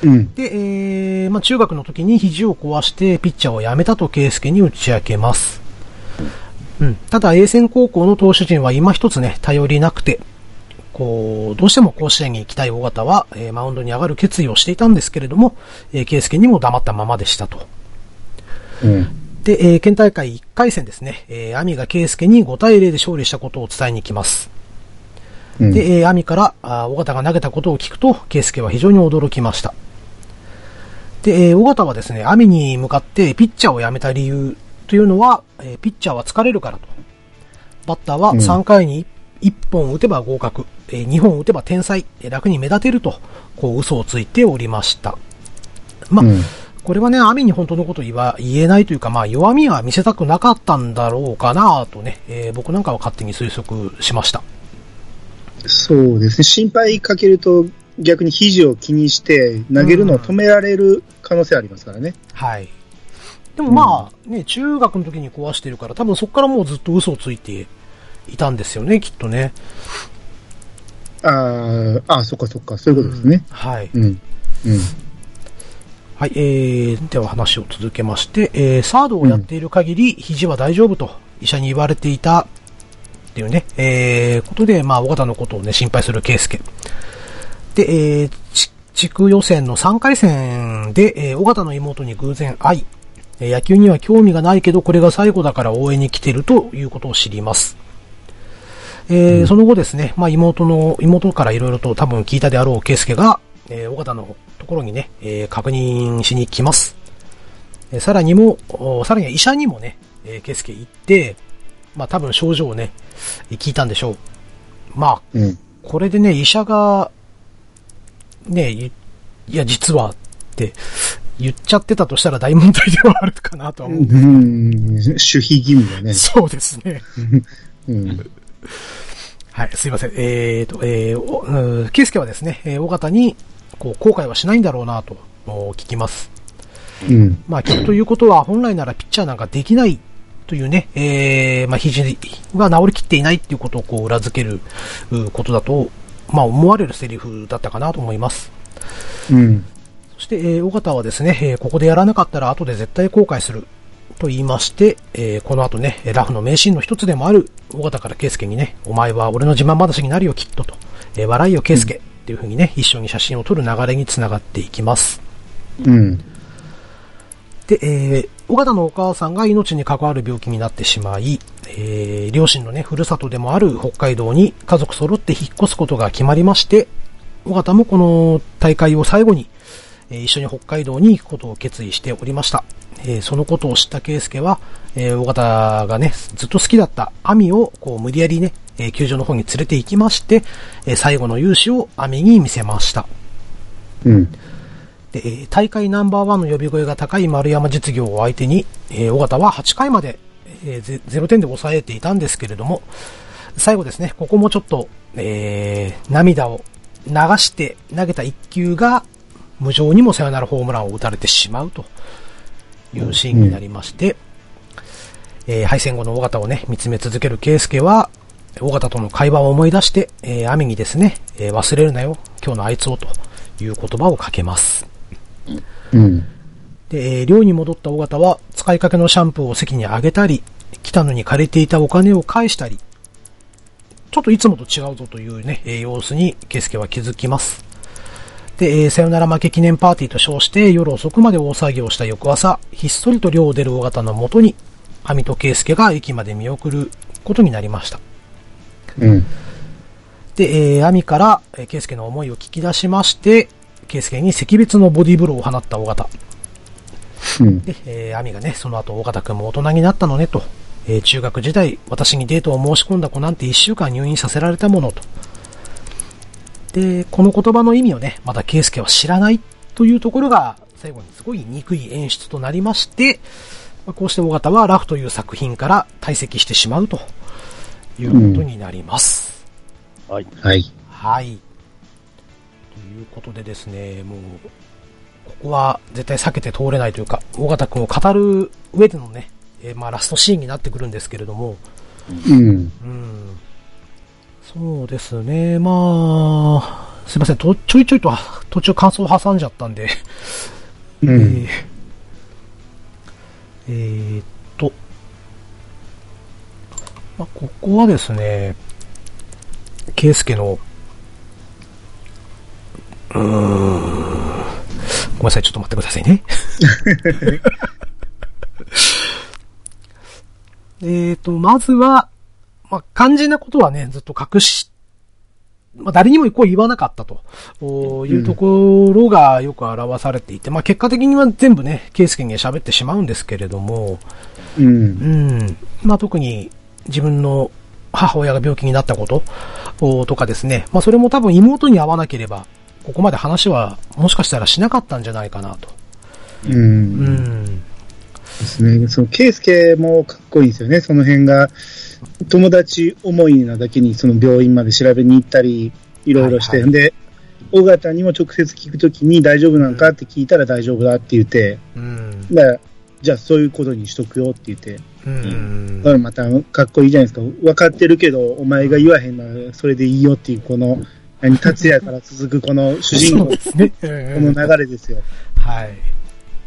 S3: うん。
S1: で、えー、まあ、中学の時に肘を壊してピッチャーを辞めたと圭介に打ち明けます。うん。ただ、栄専高校の投手陣は今一つね、頼りなくて、こう、どうしても甲子園に行きたい尾形は、えーマウンドに上がる決意をしていたんですけれども、えー、圭介にも黙ったままでしたと。
S3: うん。
S1: で、えー県大会1回戦ですね、えー、アミが圭介に5対0で勝利したことを伝えに来ます。
S3: うん
S1: で、えー、アミから、あー尾形が投げたことを聞くと、圭介は非常に驚きました。で、えー、尾形はですね、アミに向かってピッチャーを辞めた理由というのは、えーピッチャーは疲れるからと。バッターは
S3: うん
S1: 3回に1本打てば合格、え2本打てば天才、えー楽に目立てると、こう嘘をついておりました。まあ、
S3: うん
S1: これはね、アミに本当のこと言わ言えないというか、まあ、弱みは見せたくなかったんだろうかなとね、えー僕なんかは勝手に推測しました。
S3: そうですね。心配かけると、逆に肘を気にして、投げるのを止められる可能性ありますからね。
S1: はい。でもまあ、ね、中学の時に壊してるから、多分そこからもうずっと嘘をついていたんですよね、きっとね。
S3: あーあー、そっかそっか、そういうことですね。
S1: はい。
S3: うん。うん。
S1: はい、えー、では話を続けまして、えー、サードをやっている限り、肘は大丈夫と医者に言われていたっていうね、えー、ことで、まあ、尾形のことをね、心配する圭介。で、えー、ち地区予選の3回戦で、えー、尾形の妹に偶然会い、えー野球には興味がないけど、これが最後だから応援に来てるということを知ります。えーその後ですね、まあ、妹の、妹からいろいろと多分聞いたであろう圭介が、えー、尾形のところにね、えー確認しに来ます。えーさらにも、おさらには医者にもね、えー、圭介行って、まあ、多分症状をね、聞いたんでしょう。まあ、
S3: うん。
S1: これでね、医者が、ね、いいや、実はって言っちゃってたとしたら大問題ではあるかなとは思う。
S3: うん。守秘義務だね。
S1: そうですね。
S3: うん。
S1: はい、すいません。えーと、えー、おうん圭介はですね、えー、尾形に、こう、後悔はしないんだろうなと、お聞きます。
S3: うん。
S1: まあ、きっということは、本来ならピッチャーなんかできないというね、えー、まあ、肘が治りきっていないっていうことをこう裏付けるうことだと、まあ、思われるセリフだったかなと思います。
S3: うん。
S1: そして、えー、尾形はですね、えーここでやらなかったら後で絶対後悔する。と言いまして、えーこの後ね、えーラフの名シーンの一つでもある、尾形から圭介にね、お前は俺の自慢話になるよ、きっとと。えー笑いよ、圭介。っていう風にね、一緒に写真を撮る流れにつながっていきます。
S3: うん。
S1: で、えー、尾形のお母さんが命に関わる病気になってしまい、えー、両親のね、ふるさとでもある北海道に家族揃って引っ越すことが決まりまして、尾形もこの大会を最後に、えー一緒に北海道に行くことを決意しておりました。えーそのことを知った圭介は、えー、尾形がね、ずっと好きだったアミを、こう、無理やりね、えー球場の方に連れて行きまして、えー最後の勇姿をアミに見せました。
S3: うん。
S1: でえー大会ナンバーワンの呼び声が高い丸山実業を相手に、えー尾形は8回まで、えーゼ0点で抑えていたんですけれども、最後ですね、ここもちょっと、えー涙を流して投げた1球が、無情にもサヨナラホームランを打たれてしまうというシーンになりまして、えー敗戦後の尾形をね、見つめ続ける圭介は、尾形との会話を思い出して、えー、雨にですね、えー忘れるなよ、今日のあいつをという言葉をかけます。
S3: うん。
S1: で、えー寮に戻った尾形は、使いかけのシャンプーを席にあげたり、来たのに借りていたお金を返したり、ちょっといつもと違うぞというね、えー様子に、圭介は気づきます。で、えーさよなら負け記念パーティーと称して、夜遅くまで大騒ぎをした翌朝、ひっそりと寮を出る尾形のもとに、網戸圭介が駅まで見送ることになりました。
S3: うん。
S1: で、えー、網から、えー、圭介の思いを聞き出しまして、圭介に赤別のボディーブローを放った尾形。
S3: うん。
S1: で、えー、アミがね、その後、尾形くんも大人になったのね、と。えー中学時代、私にデートを申し込んだ子なんて1週間入院させられたもの、と。で、この言葉の意味をね、まだ圭介は知らないというところが、最後にすごい憎い演出となりまして、まあこうして尾形はラフという作品から退席してしまうということになります。
S2: はい。
S3: はい。
S1: はい。ということでですね、もう、ここは絶対避けて通れないというか、尾形くんを語る上でのね、えーまあラストシーンになってくるんですけれども、
S3: うん。
S1: うん。そうですね、まあ、すいません、とちょいちょいとは途中感想を挟んじゃったんで、
S3: う
S1: え
S3: ん
S1: ー。えーっと、まあ、ここはですね、圭介の、うーん、ごめんなさい、ちょっと待ってください ね。えーっと、まずは、まあ、肝心なことはね、ずっと隠し、まあ、誰にもこう言わなかったとおーいうところがよく表されていて、まあ、結果的には全部ね、ケイスケには喋ってしまうんですけれども、
S3: うん
S1: う。ん、まあ、特に自分の母親が病気になったことおーとかですね、まあ、それも多分妹に会わなければ、ここまで話はもしかしたらしなかったんじゃないかなと。
S3: う。
S1: うんん、
S3: ですね。その、ケイスケもかっこいいですよね。その辺が、友達思いなだけに、その病院まで調べに行ったり、いろいろし
S1: は
S3: て、
S1: いはい
S3: で、尾形にも直接聞くときに、大丈夫なんかって聞いたら大丈夫だって言って、
S1: うん、
S3: だからじゃあそういうことにしとくよって言って、
S1: うん
S3: だか、らまたかっこいいじゃないですか。分かってるけど、お前が言わへんならそれでいいよっていう、この、何、達也から続くこの主
S1: そ
S3: 人
S1: う
S3: 公、こ
S1: ですね。うん
S3: の流れですよ。
S1: はい。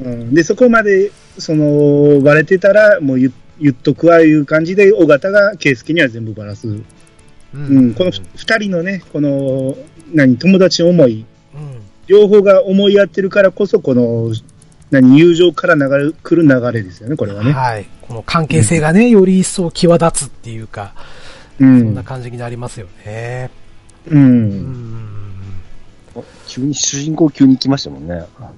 S3: うん、で、そこまで、その、バレてたら、もう言言っとくわいう感じで、尾形が圭介には全部バラす。うん、
S1: う
S3: この二人のね、この、何、友達思い、
S1: うん
S3: 両方が思い合ってるからこそ、この、何、友情から流れ、来る流れですよね、これはね。
S1: はい。この関係性がね、より一層際立つっていうか、
S3: う。
S1: そんなん感じになりますよね。
S3: う。
S1: うんん。
S2: 急に、主人公急に来ましたもんね。
S3: まあ、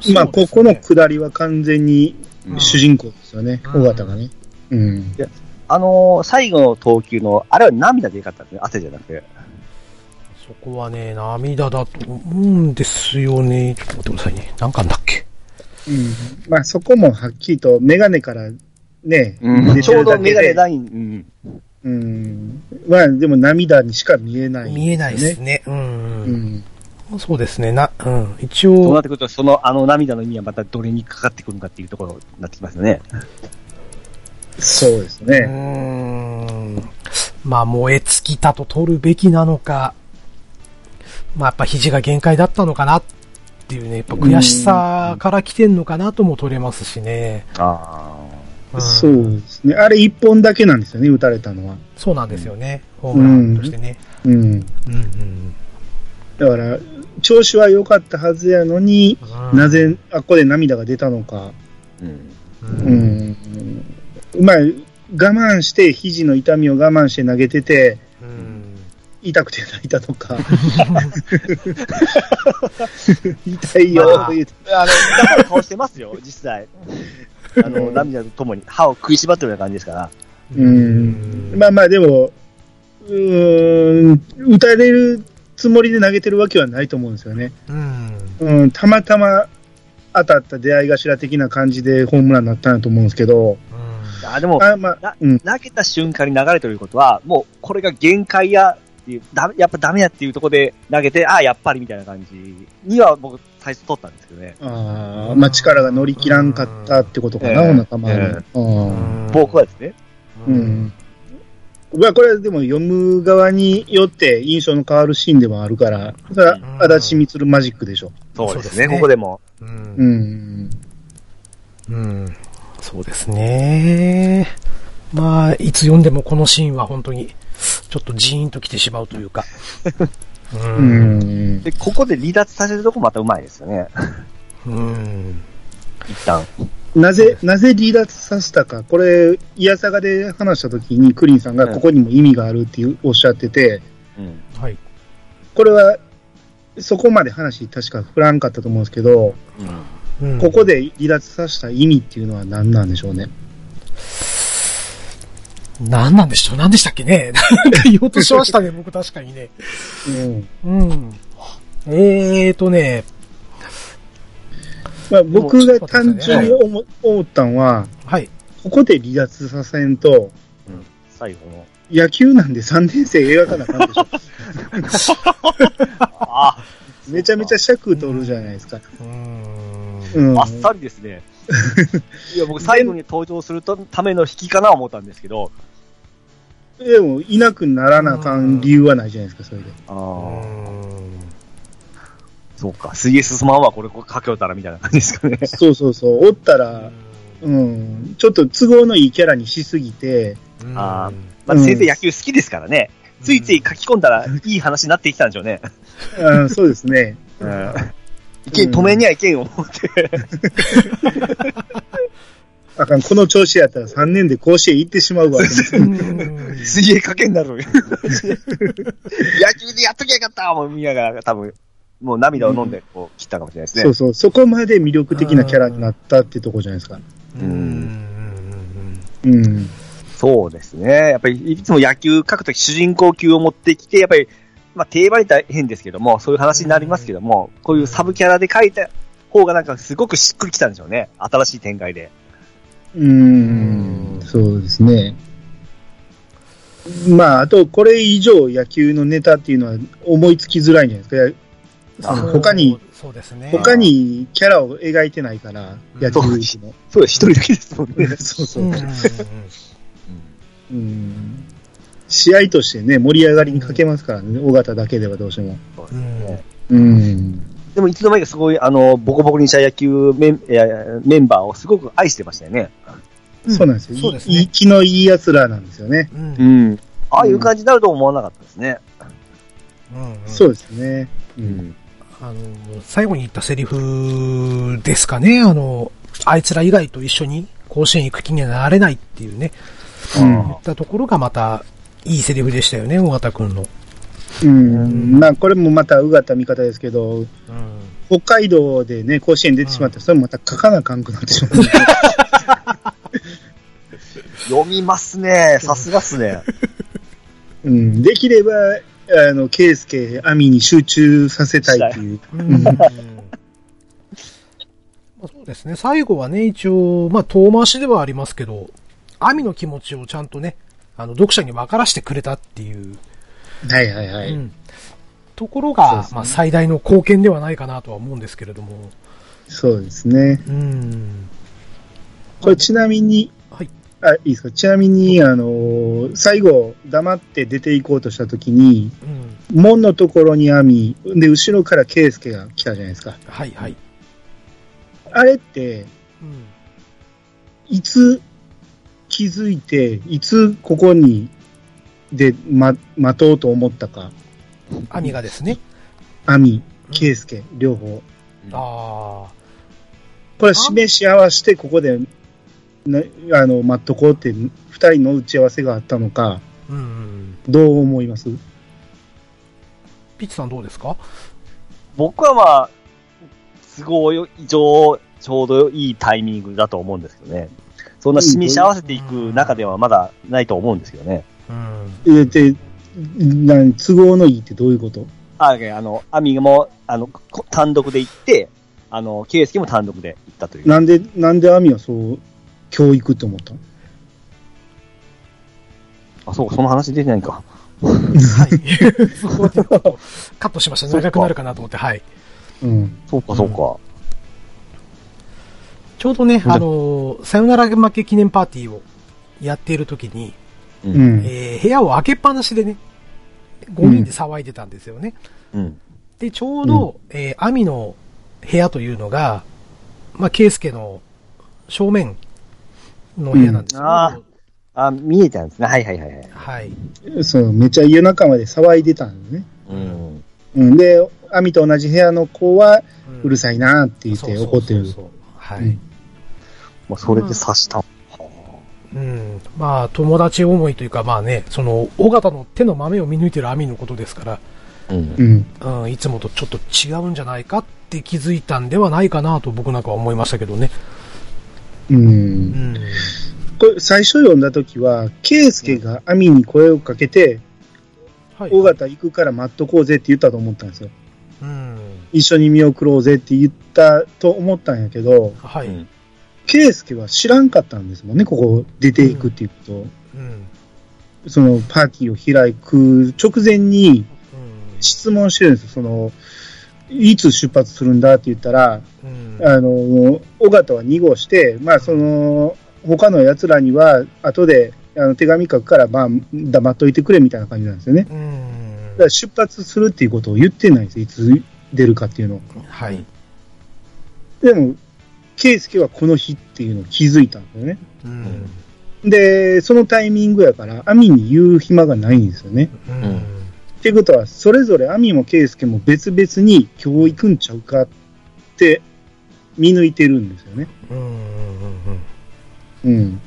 S1: そうで
S3: こ
S1: すね
S3: この下りは完全に
S2: うん
S3: 主人公ですよね、
S1: うん
S3: 尾形がね。うん。
S2: あのー最後の投球の、あれは涙でよかったんですね。汗じゃなくて。
S1: そこはね、涙だと思うんですよね。ちょっと待ってくださいね。なんかあんだっけ。
S3: うん、まあ、そこもはっきりと、メガネからね、
S2: うん、
S3: 出
S2: ち
S3: て
S2: ょう
S3: る
S2: ど
S3: だ
S2: メ
S3: け
S2: ガネ
S3: で、
S2: ライン、
S3: うん。まあ、でも涙にしか見えない、
S1: 見えないです
S3: ね。
S1: ね。うん。
S3: うん。
S1: そうですね。な、うん。一
S2: うん、そうなっ
S1: 応、
S2: てくると、その、あの涙の意味はまたどれにかかってくるのかっていうところになってきますよね。
S3: そうです
S1: う
S3: ね。
S1: ーん。まあ、燃え尽きたと取るべきなのか、まあ、やっぱ肘が限界だったのかなっていうね、やっぱ悔しさから来てんのかなとも取れますしね。
S2: あ
S1: ん
S3: そうですね。あれ一本だけなんですよね、打たれたのは。
S1: そうなんですよね、ホームランとしてね。
S3: うん。
S1: うんうん
S3: だから、調子は良かったはずやのに、
S1: うん
S3: なぜ、あ、ここで涙が出たのか。
S2: あ。うん。
S1: う
S3: うんん。まあ、我慢して、肘の痛みを我慢して投げてて、
S1: うん
S3: 痛くて泣いたとか。痛いよ
S1: まあ、
S3: 言うて
S2: あの、痛そうな顔してますよ、実 際。あの、涙とともに歯を食いしばってるような感じですから。
S3: うんまあまあでも、うーん、打たれるつもりで投げてるわけはないと思うんですよね。
S1: うん
S3: うん、たまたま当たった出会い頭的な感じでホームランになったんだと思うんですけど、
S1: う
S2: あ、でも、
S3: あまあ
S2: な、
S3: うん、
S2: 投げた瞬間に流れということは、もう、これが限界や、っていう、だめやっぱダメやっていうところで投げて、ああ、やっぱりみたいな感じには僕、最初取ったんですけどね。
S3: あーまあ力が乗り切らんかったってことかな、
S2: うん
S3: お仲間
S2: え
S3: は
S2: え。
S3: うん
S1: ん
S2: 僕はですね。
S1: う
S3: うんん。まあこれはでも読む側によって印象の変わるシーンでもあるから、それは足立みつるマジックでしょ。
S2: そうです
S1: そうです
S2: ね、
S1: ね
S2: ここでも。
S1: う
S3: うんん。
S1: うんそうですね。まあ、いつ読んでもこのシーンは本当に、ちょっとジーンと来てしまうというか。う。
S3: うんん。
S2: で、ここで離脱させるとこまたうまいですよね。
S1: うん。
S2: 一旦。
S3: なぜ、なぜ離脱させたか、これ、イヤサガで話したときに、クリンさんが
S2: うん
S3: ここにも意味があるっていうおっしゃってて、
S2: うん。
S1: はい。
S3: これは、そこまで話、確か振らんかったと思うんですけど、
S2: うん。
S1: うん
S3: ここで離脱させた意味っていうのは何なんでしょうね。
S1: 何なんでしょう何でしたっけねなんか言おうとしましたね、僕確かにね。
S3: うん
S1: うん。えーとね、
S3: まあ、僕
S1: で
S3: が
S1: も
S3: 単純に思,、思ったんは、
S1: はい。
S3: ここで離脱させんと、
S2: 最後の。
S3: 野球なんで3年生描かなあかんでしょ。
S2: ああ、
S3: めちゃめちゃ尺取るじゃないですか。
S1: うーん。
S3: うん。
S2: あっさりですね。いや、僕最後に登場するとための引きかな思ったんですけど。
S3: でも、いなくならなあかん理由はないじゃないですか、それで。
S2: あ
S1: う
S2: あ、
S1: ん
S2: そうか。水泳進まんわ、これ、これかけおったらみたいな感じですかね。
S3: そうそうそう。おったら、うん、ちょっと都合のいいキャラにしすぎて、
S1: うん
S2: あまあ、先生野球好きですからね。ついつい書き込んだらいい話になってきたんでしょうね。
S3: うん、そうですね。
S2: うん。意見止めには意見を思って。
S3: あかん、この調子やったら3年で甲子園行ってしまうわ。
S1: うん
S2: 水泳かけになる。 野球でやっときゃよかったもう見ながら、多分、もう涙を飲んで、こう、切ったかもしれないです
S3: そ
S2: ね
S3: う。そう、そこまで魅力的なキャラになったってとこじゃないですか。
S1: うんうん
S3: うん。
S2: そうですね。やっぱり、いつも野球書くとき主人公級を持ってきて、やっぱり、まあ、定番に大変ですけども、そういう話になりますけども、こういうサブキャラで書いた方がなんかすごくしっくりきたんでしょうね。新しい展開で。
S3: うん、そうですね。まあ、あと、これ以上野球のネタっていうのは思いつきづらいんじゃないですか。
S2: あ
S3: その他に、、
S1: そうですね。
S3: 他にキャラを描いてないから、野球の。
S2: そうです、一人だけですもん ね。
S3: そうそうう。
S1: んうんうん
S3: うん試合としてね、盛り上がりに欠けますからね、尾形だけではどうしても。
S2: そう
S1: う
S2: です
S1: ん
S2: ね
S3: うん。
S2: でも、いつの間にかすごい、あの、ボコボコにした野球メンいやメンバーをすごく愛してましたよね。
S3: そうなんですよ。
S1: そうです
S3: い
S1: ね。
S3: 気のいい奴らなんですよね。
S1: うんうん
S2: ん。ああいう感じになると思わなかったですね。
S1: うん
S3: そうですね。うん。
S2: ん。
S1: あの、最後に言ったセリフですかね。あの、あいつら以外と一緒に甲子園行く気にはなれないっていうね。
S3: うん
S1: 言ったところがまた、いいセリフでしたよね、尾形くんの。
S3: うん。まあ、これもまた、うがた見方ですけど、北海道でね、甲子園出てしまったら、それもまた書かなあかんくなってし まう。
S2: 読みますね。さすがっす ね。
S3: うん。できれば、あの、ケイスケ、アミに集中させたいっていう。
S1: うん。まあそうですね。最後はね、一応、まあ、遠回しではありますけど、アミの気持ちをちゃんとね、あの、読者に分からしてくれたっていう、
S3: はいはいは
S1: う
S3: い。
S1: んところ
S3: そう
S1: が、
S3: ですね
S1: まあ、最大の貢献ではないかなとは思うんですけれども。
S3: そうですね。
S1: うん。
S3: これ、ちなみに、
S1: はい。
S3: あ、いいですか。ちなみに、あのー最後、黙って出て行こうとしたときに、
S1: うん。
S3: 門のところに網、で、後ろから圭介が来たじゃないですか。
S1: はい、はい。
S3: あれって、
S1: うん。
S3: いつ気づいて、いつここに、で、ま、待とうと思ったか。
S1: アミがですね。
S3: 網、圭介、両方。
S1: ああ。
S3: これは示し合わせて、ここで、なあの、待っとこうって、二人の打ち合わせがあったのか、
S1: うん。
S3: どう思います
S1: ピッチさんどうですか
S2: 僕はまあ、都合以上、ちょうどいいタイミングだと思うんですけどね。そんな示し合わせていく中ではまだないと思うんですけどね。
S1: うん。
S3: え、で、なん都合のいいってどういうこと
S2: あ、あの、アミも、あの、こ単独で行って、あの、ケイスケも単独で行ったという。
S3: なんで、なんでアミはそう、教育って思ったの
S2: あ、そうか、その話出てないか。
S1: はい。そこでカットしました。長くなるかなと思って、はい。
S3: うん。
S2: そうか、そうか。
S1: ちょうどね、
S2: ん
S1: あのー、さよなら負け記念パーティーをやっている時に、
S2: う。
S3: うんん。
S1: えー部屋を開けっぱなしでね、5人で騒いでたんですよね。
S2: うん。
S1: で、ちょうど、えー、アミの部屋というのが、まあ、ケイスケの正面の部屋なんですよ、
S2: うんああ、見えたんですね。はいはいはいはい。
S1: はい。
S3: そう、めちゃ夜中まで騒いでたんだね。
S2: うん。
S3: うん、で、アミと同じ部屋の子は、うる
S1: さ
S3: さいなって言っ
S1: そう
S3: て
S1: そう
S3: 怒ってる。
S1: そうそうは
S3: う
S1: い
S3: ん。
S2: まあ、それで刺した。
S1: うん。まあ、友達思いというか、まあね、その、尾形の手の豆を見抜いてるアミのことですか
S4: うん。
S3: うん。
S1: ら、うん、いつもとちょっと違うんじゃないかって気づいたんではないかなと僕なんかは思いましたけどね。
S3: う。
S1: うんん。
S3: これ、最初読んだ時は、ケイスケがアミに声をかけて、
S1: はい。
S3: 尾形行くから待っとこうぜって言ったと思ったんですよ。
S1: うん。
S3: 一緒に見送ろうぜって言ったと思ったんやけど、
S1: はい。
S4: うん
S3: ケイスケは知らんかったんですもんね、ここ出ていくっていうことを。
S1: うん。
S3: そのパーティーを開く直前に
S1: うん
S3: 質問してるんですよ。その、いつ出発するんだって言ったら、
S1: うん
S3: あの、尾形は2号して、まあ、その、他の奴らには、後で、あの、手紙書くから、まあ、黙っといてくれみたいな感じなんですよね。
S1: うん
S3: だから出発するっていうことを言ってないんですよ。いつ出るかっていうのを。
S1: はい。
S3: でも、圭介はこの日っていうのを気づいたんだよね。
S1: うん。
S3: で、そのタイミングやから、アミに言う暇がないんですよね。
S1: うん。
S3: っていうことは、それぞれアミも圭介も別々に今日行くんちゃうかって見抜いてるんですよね。
S1: うん。うん。
S3: うん。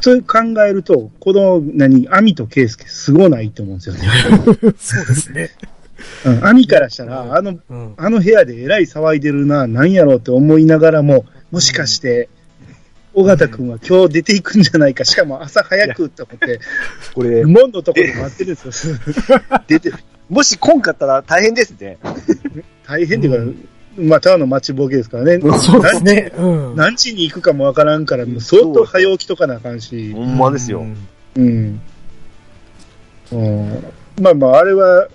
S3: そういう考えると、この、何、アミとケイスケ、すごないと思うんですよね。
S1: うんそうですね。
S3: うん、アミからした
S1: うん
S3: ら、あの、
S1: うん。
S3: あの部屋でえらい騒いでるな、なんやろうって思いながらも、もしかして、尾形くんは今日出ていくんじゃないか、しかも朝早くって思って、
S2: これ、
S3: 門のところで待ってるんですよ。
S2: 出て、もし来んかったら大変ですね。
S3: 大変って
S1: う
S3: いうか、まあ、ただの待ちぼうけですからね。
S1: そうですね。うん。
S3: 何時に行くかもわからんから、もう相当早起きとかなあかんし。
S2: ほんまですよ
S1: う。ん
S3: うん。うん、まあまあ、あれは、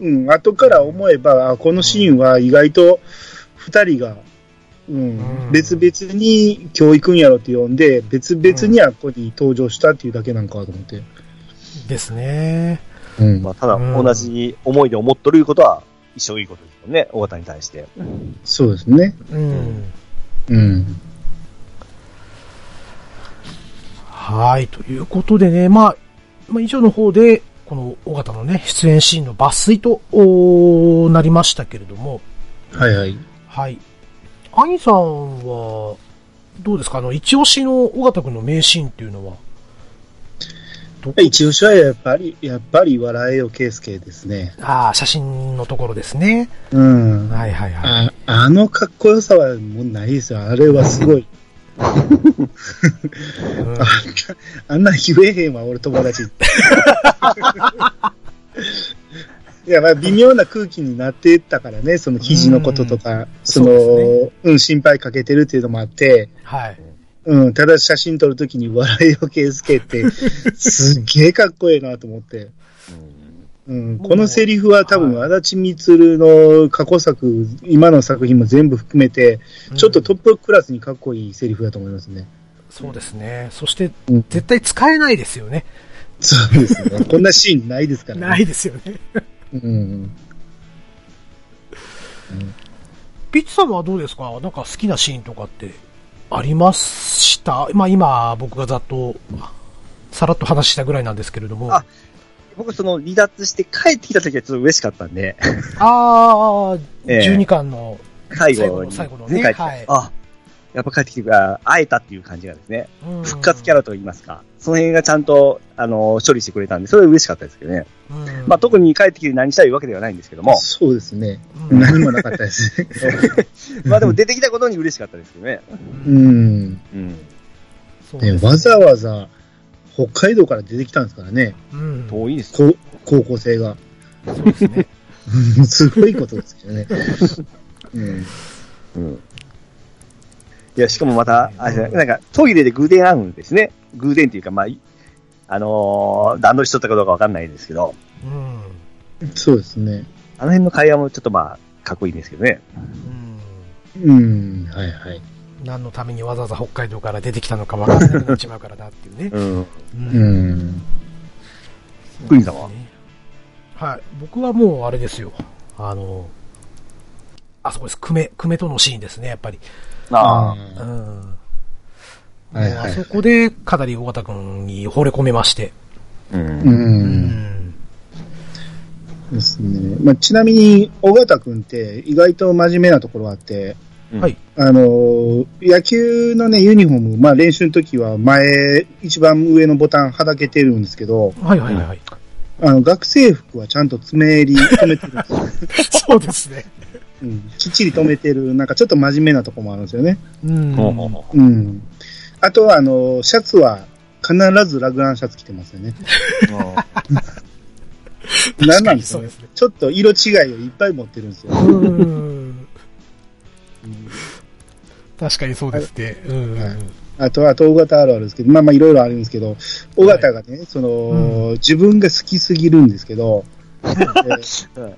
S3: うん、後から思えば、あこのシーンは意外と二人が、うん
S1: うん
S3: 別々に教育んやろって呼んで、別々にあっこに登場したっていうだけなんかと思って。
S1: ですね。
S3: うん
S2: まあ、ただ、
S1: うん
S2: 同じ思いで思っとるいうことは、一生いいことですもんね、大型に対して。
S3: そうですね。
S1: うん。
S3: うん。
S1: はい、ということでね、まあ、まあ、以上の方で、この尾形のね、出演シーンの抜粋とおーなりましたけれども、
S3: はいはい。
S1: はい。アニさんは、どうですかあの、一押しの尾形くんの名シーンっていうのは、ど
S3: 一押しはやっぱり、やっぱり笑えよ、ケースケですね。
S1: ああ、写真のところですね。
S3: うん。
S1: はいはいはい。
S3: ああのかっこよさはもうないですよ。あれはすごい。
S1: うん
S3: あんなあんな言えへんわ、俺友達。 いや、まあ、微妙な空気になっていったからね、その肘のこととか、その
S1: そう
S3: う、ん、心配かけてるっていうのもあって、
S1: はい。
S3: うん、ただ写真撮るときに笑いをけつけて、 すっげえかっこええなと思って。うん、このセリフは多分、
S1: は
S3: 足立光の過去作、今の作品も全部含めて、ちょっとト
S1: と
S3: ップクラスにかっこいいセリフだと思いますね。
S1: そうですね。そして、
S3: うん
S1: 絶対使えないですよね。
S3: そうですね。 こんなシーンないですからね。
S1: ないですよね。
S3: うん。
S1: ピッチさんはどうですかなんか好きなシーンとかってありましたまあ今僕がざっとさらっと話したぐらいなんですけれども。
S2: あ僕、その、離脱して帰ってきた時はちょっと嬉しかった んで、
S1: あー、
S2: ええ
S1: 12巻の、
S2: 最
S1: 最後
S2: 後
S1: の
S2: に、
S1: 最後の
S2: ね
S1: ね
S2: 帰ってきた
S1: はい
S2: あ、やっぱ帰ってきてくあ会えたっていう感じがですね、
S1: うん
S2: 復活キャラと言いますか、その辺がちゃんと、あの、処理してくれたんで、それは嬉しかったですけどね。
S1: うん
S2: まあ、特に帰ってきて何したいわけではないんですけども、
S3: そうですね。
S1: うん
S3: 何もなかったですね。
S2: まあでも出てきたことに嬉しかったですけどね。
S1: う
S3: うんん。ね
S2: うん。
S1: そうです
S3: わざわざ北海道から出てきたんですからね。
S1: うん
S2: 遠いですよ。
S3: こ高校生が。
S1: そうですね。
S3: すごいことですけどね。うん。
S2: うん。いや、しかもまた、あれじゃないなんか、トイレで偶然会うんですね。偶然っていうか、まあ、いあのー段取りしとったかどうかわかんないですけど、
S1: うん。
S3: そうですね。
S2: あの辺の会話もちょっとまあ、かっこいいんですけどね。
S1: う
S3: うん。はいはい。
S1: ん。何のためにわざわざ北海道から出てきたのかわからなくなっちまうからなっていうね。
S2: うん。
S1: うん
S3: うん。
S2: クイーンさんは
S1: はい。僕はもうあれですよ。あの、あそこです。久米、久米とのシーンですね、やっぱり。
S2: ああ。
S1: う
S3: あ。
S1: ん。
S3: はいはい
S1: もうあそこで、かなり尾形くんに惚れ込めまして。
S2: う。
S3: うん。。
S1: うん
S3: ですね。まあ、ちなみに、尾形くんって意外と真面目なところがあって、
S2: うん
S1: はい。
S3: あのー、野球のね、ユニフォーム、まあ練習の時は前、一番上のボタンはだけてるんですけど、
S1: はいはいはいはい。
S3: あの、学生服はちゃんと爪襟止めてるんですよ。
S1: そうですね。
S3: うん。きっちり止めてる、なんかちょっと真面目なとこもあるんですよね。
S1: うん。
S2: ほうほうほ
S3: うん。あとは、あの、シャツは必ずラグランシャツ着てますよね。
S2: ううん
S3: なんなんです
S1: そ
S3: か
S1: う
S3: ね
S1: ですね。
S3: ちょっと色違いをいっぱい持ってるんですよ。
S1: うん。確かにそうですね。うん。
S3: はいあとは、あと、尾形あるあるですけど、まあまあいろいろあるんですけど、尾形がね、その、
S1: う
S3: 自分が好きすぎるんですけど、えー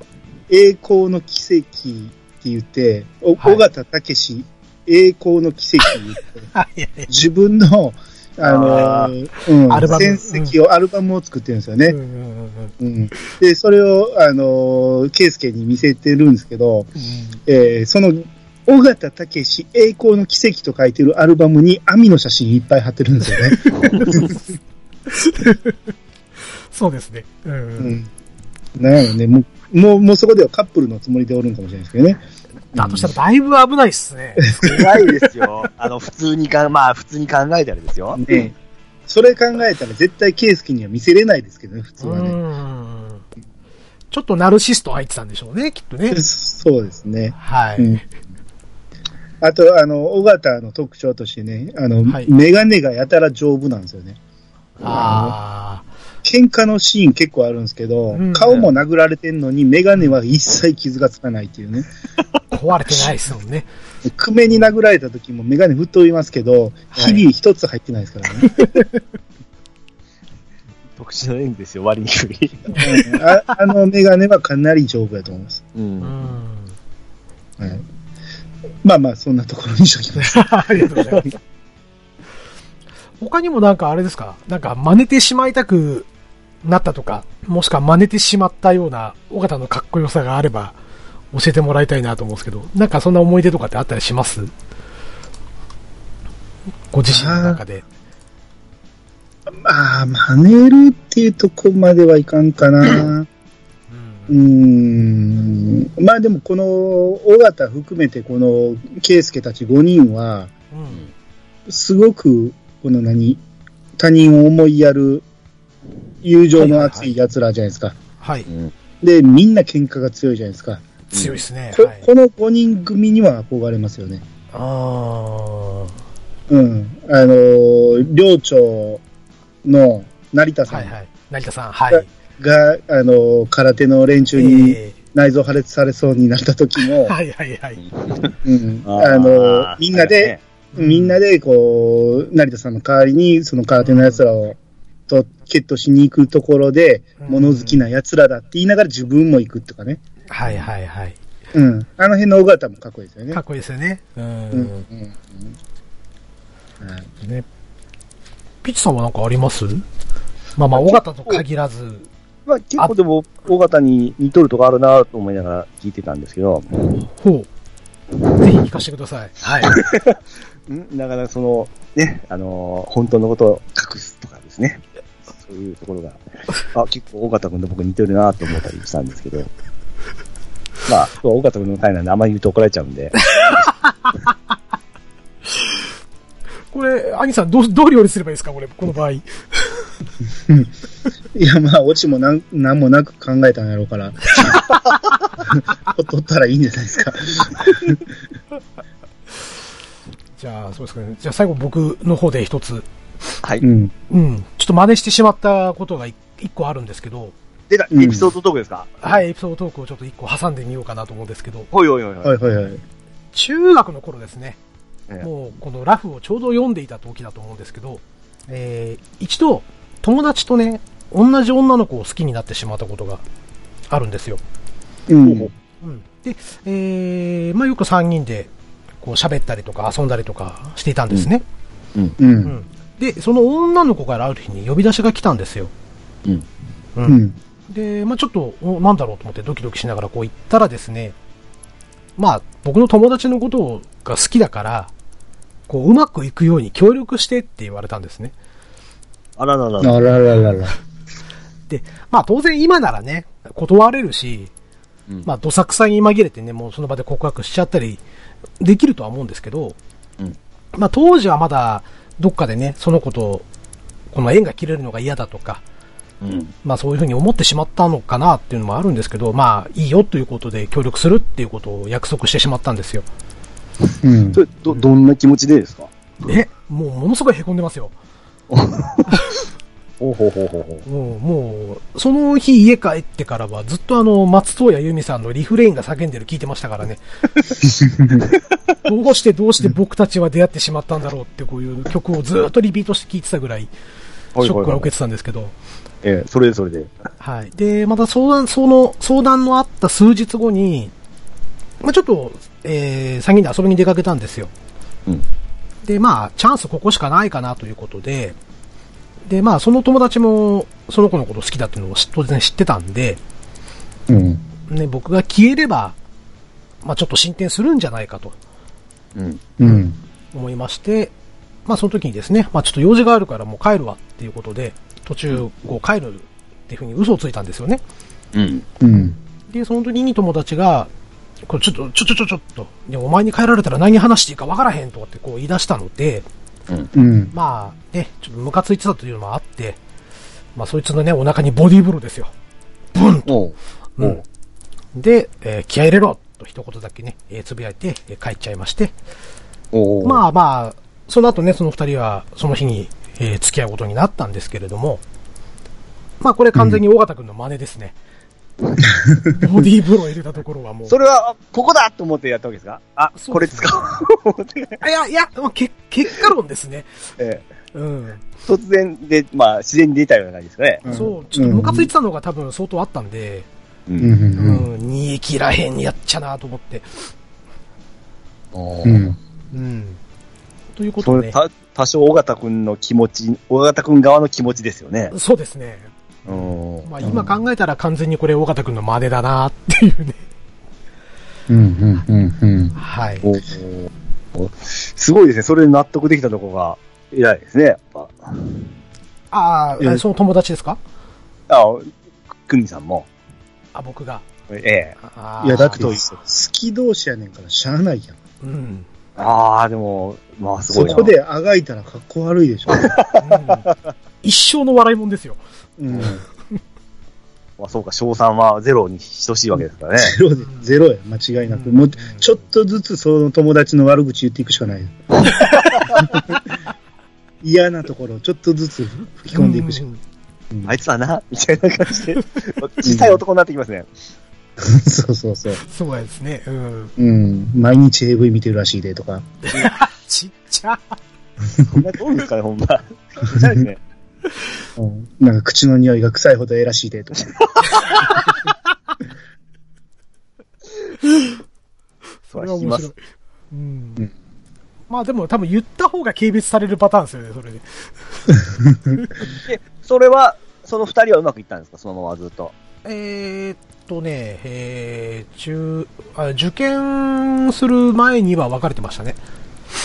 S3: 栄光の奇跡って言って、お
S1: はい
S3: 尾形武史、栄光の奇跡 って言
S1: はいは
S3: って、
S1: いはい
S3: 自分の、あの
S2: あ
S3: うん、
S1: アルバム
S3: 戦績を、アルバムを作ってるんですよ
S1: う
S3: ね。
S1: んうんうんうん
S3: うん。で、それを、あの、圭介に見せてるんですけど、えーその、尾形武史栄光の奇跡と書いてるアルバムに網の写真いっぱい貼ってるんですよ ね。
S1: そうですね。うんう。
S3: うんん。なんやろね、もう、もう、もうそこではカップルのつもりでおるんかもしれないですけどね。
S1: だとしたらだいぶ危ないっすね。
S2: 怖いですよ。あの、普通にか、まあ、普通に考えたらですよ。
S3: ねそれ考えたら絶対圭介には見せれないですけどね、普通
S1: う
S3: はね。
S1: ん。ちょっとナルシスト入ってたんでしょうね、きっとね。
S3: そうですね。
S1: は
S3: う
S1: い。
S3: ん。あと、あの、尾形の特徴としてね、あの、
S1: はい
S3: メガネがやたら丈夫なんですよね。
S1: あ
S3: 喧嘩のシーン結構あるんですけど、
S1: うん
S3: 顔も殴られてんのに、メガネは一切傷がつかないっていうね。
S1: あ、壊れてないですもんね。
S3: 久米に殴られた時もメガネ吹っ飛びますけど、
S1: はい
S3: ひび一つ入ってないですからね。
S2: 特殊な演技ですよ、割にくい。
S3: うん ああのメガネはかなり丈夫だと思います。
S2: う。
S1: うんん。
S3: はい、まあまあ、そんなところにしときます。
S1: ありがとうございます。他にもなんかあれですかなんか真似てしまいたくなったとか、もしくは真似てしまったような、尾形のかっこよさがあれば、教えてもらいたいなと思うんですけど、なんかそんな思い出とかってあったりしますご自身の中で。
S3: まあ、真似るっていうとこまではいかんか な。うーん。まあでも、この、尾形含めて、この、圭介たち5人は、
S1: うん
S3: すごく、この何、他人を思いやる、友情の熱い奴らじゃないですか。
S1: はい。
S3: で、みんな喧嘩が強いじゃないですか。
S1: 強いですね。
S3: こ
S1: はい、
S3: この5人組には憧れますよね。
S1: ああ。は
S3: うん。あのー、寮長の成田さ
S1: い
S3: ん
S1: はい。成田さん、はい。
S3: が、あのー、空手の連中に
S1: え
S3: 内臓破裂されそうになった時
S1: え
S3: も、
S1: はいはいはい。
S3: うん、
S2: ー
S3: あのー、みんなで、、みんなで、こう、成田さんの代わりに、その空手の奴らを、と、決闘しに行くところで、
S1: うん
S3: 物好きな奴らだって言いながら自分も行くとかね。
S1: はいはいはい。
S3: うん。あの辺の尾形もかっこいいですよね
S1: か。っこいいですよね。うん。
S3: うん。うんうんはい
S1: ね。ピッチさんはなんかありますまあまあ、尾形と限らず。
S2: まあ、結構でも、大型に似とるとこあるなと思いながら聞いてたんですけど、
S1: ほう。ぜひ聞かせてください。はい。
S2: んなかなかその、ね、あのー本当のことを隠すとかですね。そういうとこ ろが、あ、結構、尾形君と僕似てるなと思ったりしたんですけど、まあ、尾形君の回なんであまり言うと怒られちゃうんで、
S1: これ、兄さん、どう、どう料理すればいいですかこれ、この場合。
S3: いや、まあ、オチもなん、なんもなく考えたんやろうから。 ほっとったらいいんじゃないですか。
S1: じゃあ、そうですかね。じゃあ最後僕の方で一つ。
S2: はい。
S3: うん。
S1: うん。ちょっと真似してしまったことが一一個あるんですけど。
S2: 出た、
S3: うん
S2: エピソードトークですか、
S1: はい、エピソードトークをちょっと一個挟んでみようかなと思うんですけど。
S2: ほいほいほいほい。
S3: はいはいはい。
S1: 中学の頃ですね
S2: え、え
S1: もうこのラフをちょうど読んでいた時だと思うんですけど、えー一度友達とね、同じ女の子を好きになってしまったことがあるんですよ。
S3: うん。
S1: うん、で、えーまあ、よく3人でこう喋ったりとか遊んだりとかしていたんですね。
S3: う。
S1: うんんで、その女の子からある日に呼び出しが来たんですよ。
S2: うん。
S1: う
S3: う。ん。
S1: で、まあ、ちょっと、おなんだろうと思ってドキドキしながらこう行ったらですね、まあ、僕の友達のことが好きだから、こう、うまくいくように協力してって言われたんですね。
S2: あららら
S3: あ
S2: ら。
S3: らららら。
S1: で、まあ、当然今ならね、断れるし、
S2: うん
S1: まあ、どさくさに紛れてね、もうその場で告白しちゃったりできるとは思うんですけど、
S2: うん
S1: まあ、当時はまだ、どっかでね、その子と、この縁が切れるのが嫌だとか、
S2: うん。
S1: まあそういうふうに思ってしまったのかなっていうのもあるんですけど、まあいいよということで協力するっていうことを約束してしまったんですよ。
S3: うん
S2: そ。れ、ど、どんな気持ちでですか
S1: え、もうものすごい凹んでますよ。
S2: ほうほうほうほうほう。
S1: もう、もう、その日家帰ってからはずっとあの、松任谷由実さんのリフレインが叫んでる聞いてましたからね。どうしてどうして僕たちは出会ってしまったんだろうってこういう曲をずっとリピートして聞いてたぐらい、ショックが受けてたんですけど。
S2: ええ、それでそれで。
S1: はい。で、また相談、その、相談のあった数日後に、まあちょっと、えー、詐欺で遊びに出かけたんですよ。
S2: うん
S1: で、まあチャンスここしかないかなということで、で、まあその友達も、その子のこと好きだっていうのを知当然知ってたんで、
S3: うん。
S1: ね、僕が消えれば、まあちょっと進展するんじゃないかと
S2: うん。
S3: うん。
S1: 思いまして、まあその時にですね、まあちょっと用事があるからもう帰るわっていうことで、途中、こう帰るっていうふうに嘘をついたんですよね。
S2: うん。
S3: うん。
S1: で、その時に友達が、これちょっと、ちょちょちょちょっと、ねお前に帰られたら何話していいかわからへんとかってこう言い出したので、
S3: うん。
S1: まあね、ちょっとムカついてたというのもあって、まあそいつのね、お腹にボディーブローですよ。
S2: おう。
S1: う
S2: お
S1: ん
S2: う。
S1: で、えー気合い入れろと一言だけね、えーつぶやいて、えー帰っちゃいまして、
S2: おう。
S1: まあまあ、その後ね、その二人はその日に、えー付き合うことになったんですけれども、まあこれ完全に尾形くんの真似ですね。ボディーブロー入れたところはもう。
S2: それは、あここだと思ってやったわけですかあ、
S1: そう
S2: これ
S1: です
S2: 使
S1: ね
S2: おう。
S1: いや、いや、まあ、け結果論ですね。
S2: ええ
S1: うん。
S2: 突然で、まあ、自然に出たような感じですかね。
S1: そう、ちょっとムカついてたのが多分相当あったんで、
S2: う
S3: うん。。
S1: う
S3: うん。
S1: ん、煮え切らへんやっちゃなと思って。
S2: お
S3: う
S2: ー
S3: ん。
S1: うん。ということ
S2: そ
S1: で、
S2: れ、
S1: ね、
S2: た、多少、尾形くんの気持ち、尾形くん側の気持ちですよね。
S1: そうですね。
S2: うん。
S1: まあ今考えたら完全にこれ、尾形くんの真似だなっていうね。
S3: うん。うん。うん。
S1: はい。
S2: おーおーすごいですね。それで納得できたとこが偉いですね。やっぱ。
S1: あ
S3: え
S1: あ、その友達ですか
S2: あ、くんにさんも。
S1: あ、僕が。
S2: ええ。
S1: あー
S3: いや、だけど、好き同士やねんからしゃあないやん。
S1: うん。うん。
S2: ああ、でも、まあすご
S3: そ
S2: いな。
S3: こであがいたら格好悪いでしょ。
S1: 一生の笑いもんですよ。
S3: うん。
S2: まあそうか、賞賛はゼロに等しいわけですからね。
S3: ゼロで、ゼロや、間違いなく。もう、ちょっとずつその友達の悪口言っていくしかない。嫌なところをちょっとずつ吹き込んでいくし
S1: う
S3: か
S1: ん
S2: あいつはな、みたいな感 じで、小さい男になってきますね。
S3: ない。そうそうそう。
S1: そうやですね。うん。
S3: うん。毎日 AV 見てるらしいでとか。
S1: ちっちゃ。
S2: こんなとこですかね、ほん ま。小さいですね。
S3: うん。なんか口の匂いが臭いほどええらしいでとか。
S1: それは面白い。うん
S3: うん
S1: まあでも多分言った方が軽蔑されるパターンですよね、それで。
S2: で、それは、その二人はうまくいったんですかそのままずっと。
S1: えーっとね、えー、中あ、受験する前には別れてましたね。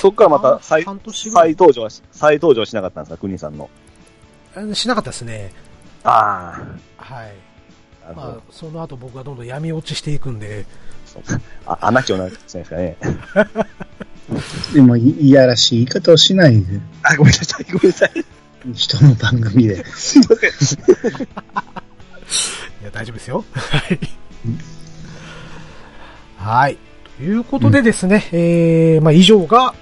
S2: そっからま
S1: あ
S2: た再
S1: 半年ぐらい
S2: 再登場はし、再登場しなかったんですか、国さんの。
S1: あしなかったですね。
S2: あ
S1: はい。
S2: あ。な
S1: ま
S2: る
S1: あ、その後僕がどんどん闇落ちしていくんで、
S2: ほど。あ、穴きょうなんじゃないですかね。
S3: でも、いいやらしい言い方をしないで。
S2: あ、ごめんなさい、ごめんな さい。
S3: 人の番組で。
S2: すいません。
S1: いや、大丈夫ですよ。はい。はい。ということでですね、えー、まあ以上が、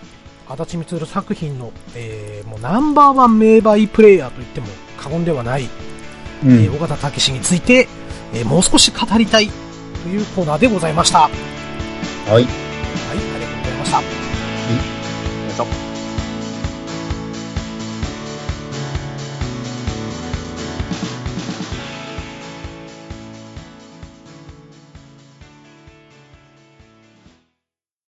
S1: 足立みつる作品の、えー、もうナンバーワン名バイプレイヤーと言っても過言ではない、
S3: う
S1: えー
S3: ん。
S1: 尾形武史について、えーもう少し語りたいというコーナーでございました。はい、
S3: は
S1: あ
S3: い。
S1: りがとうございました。
S2: よいしょ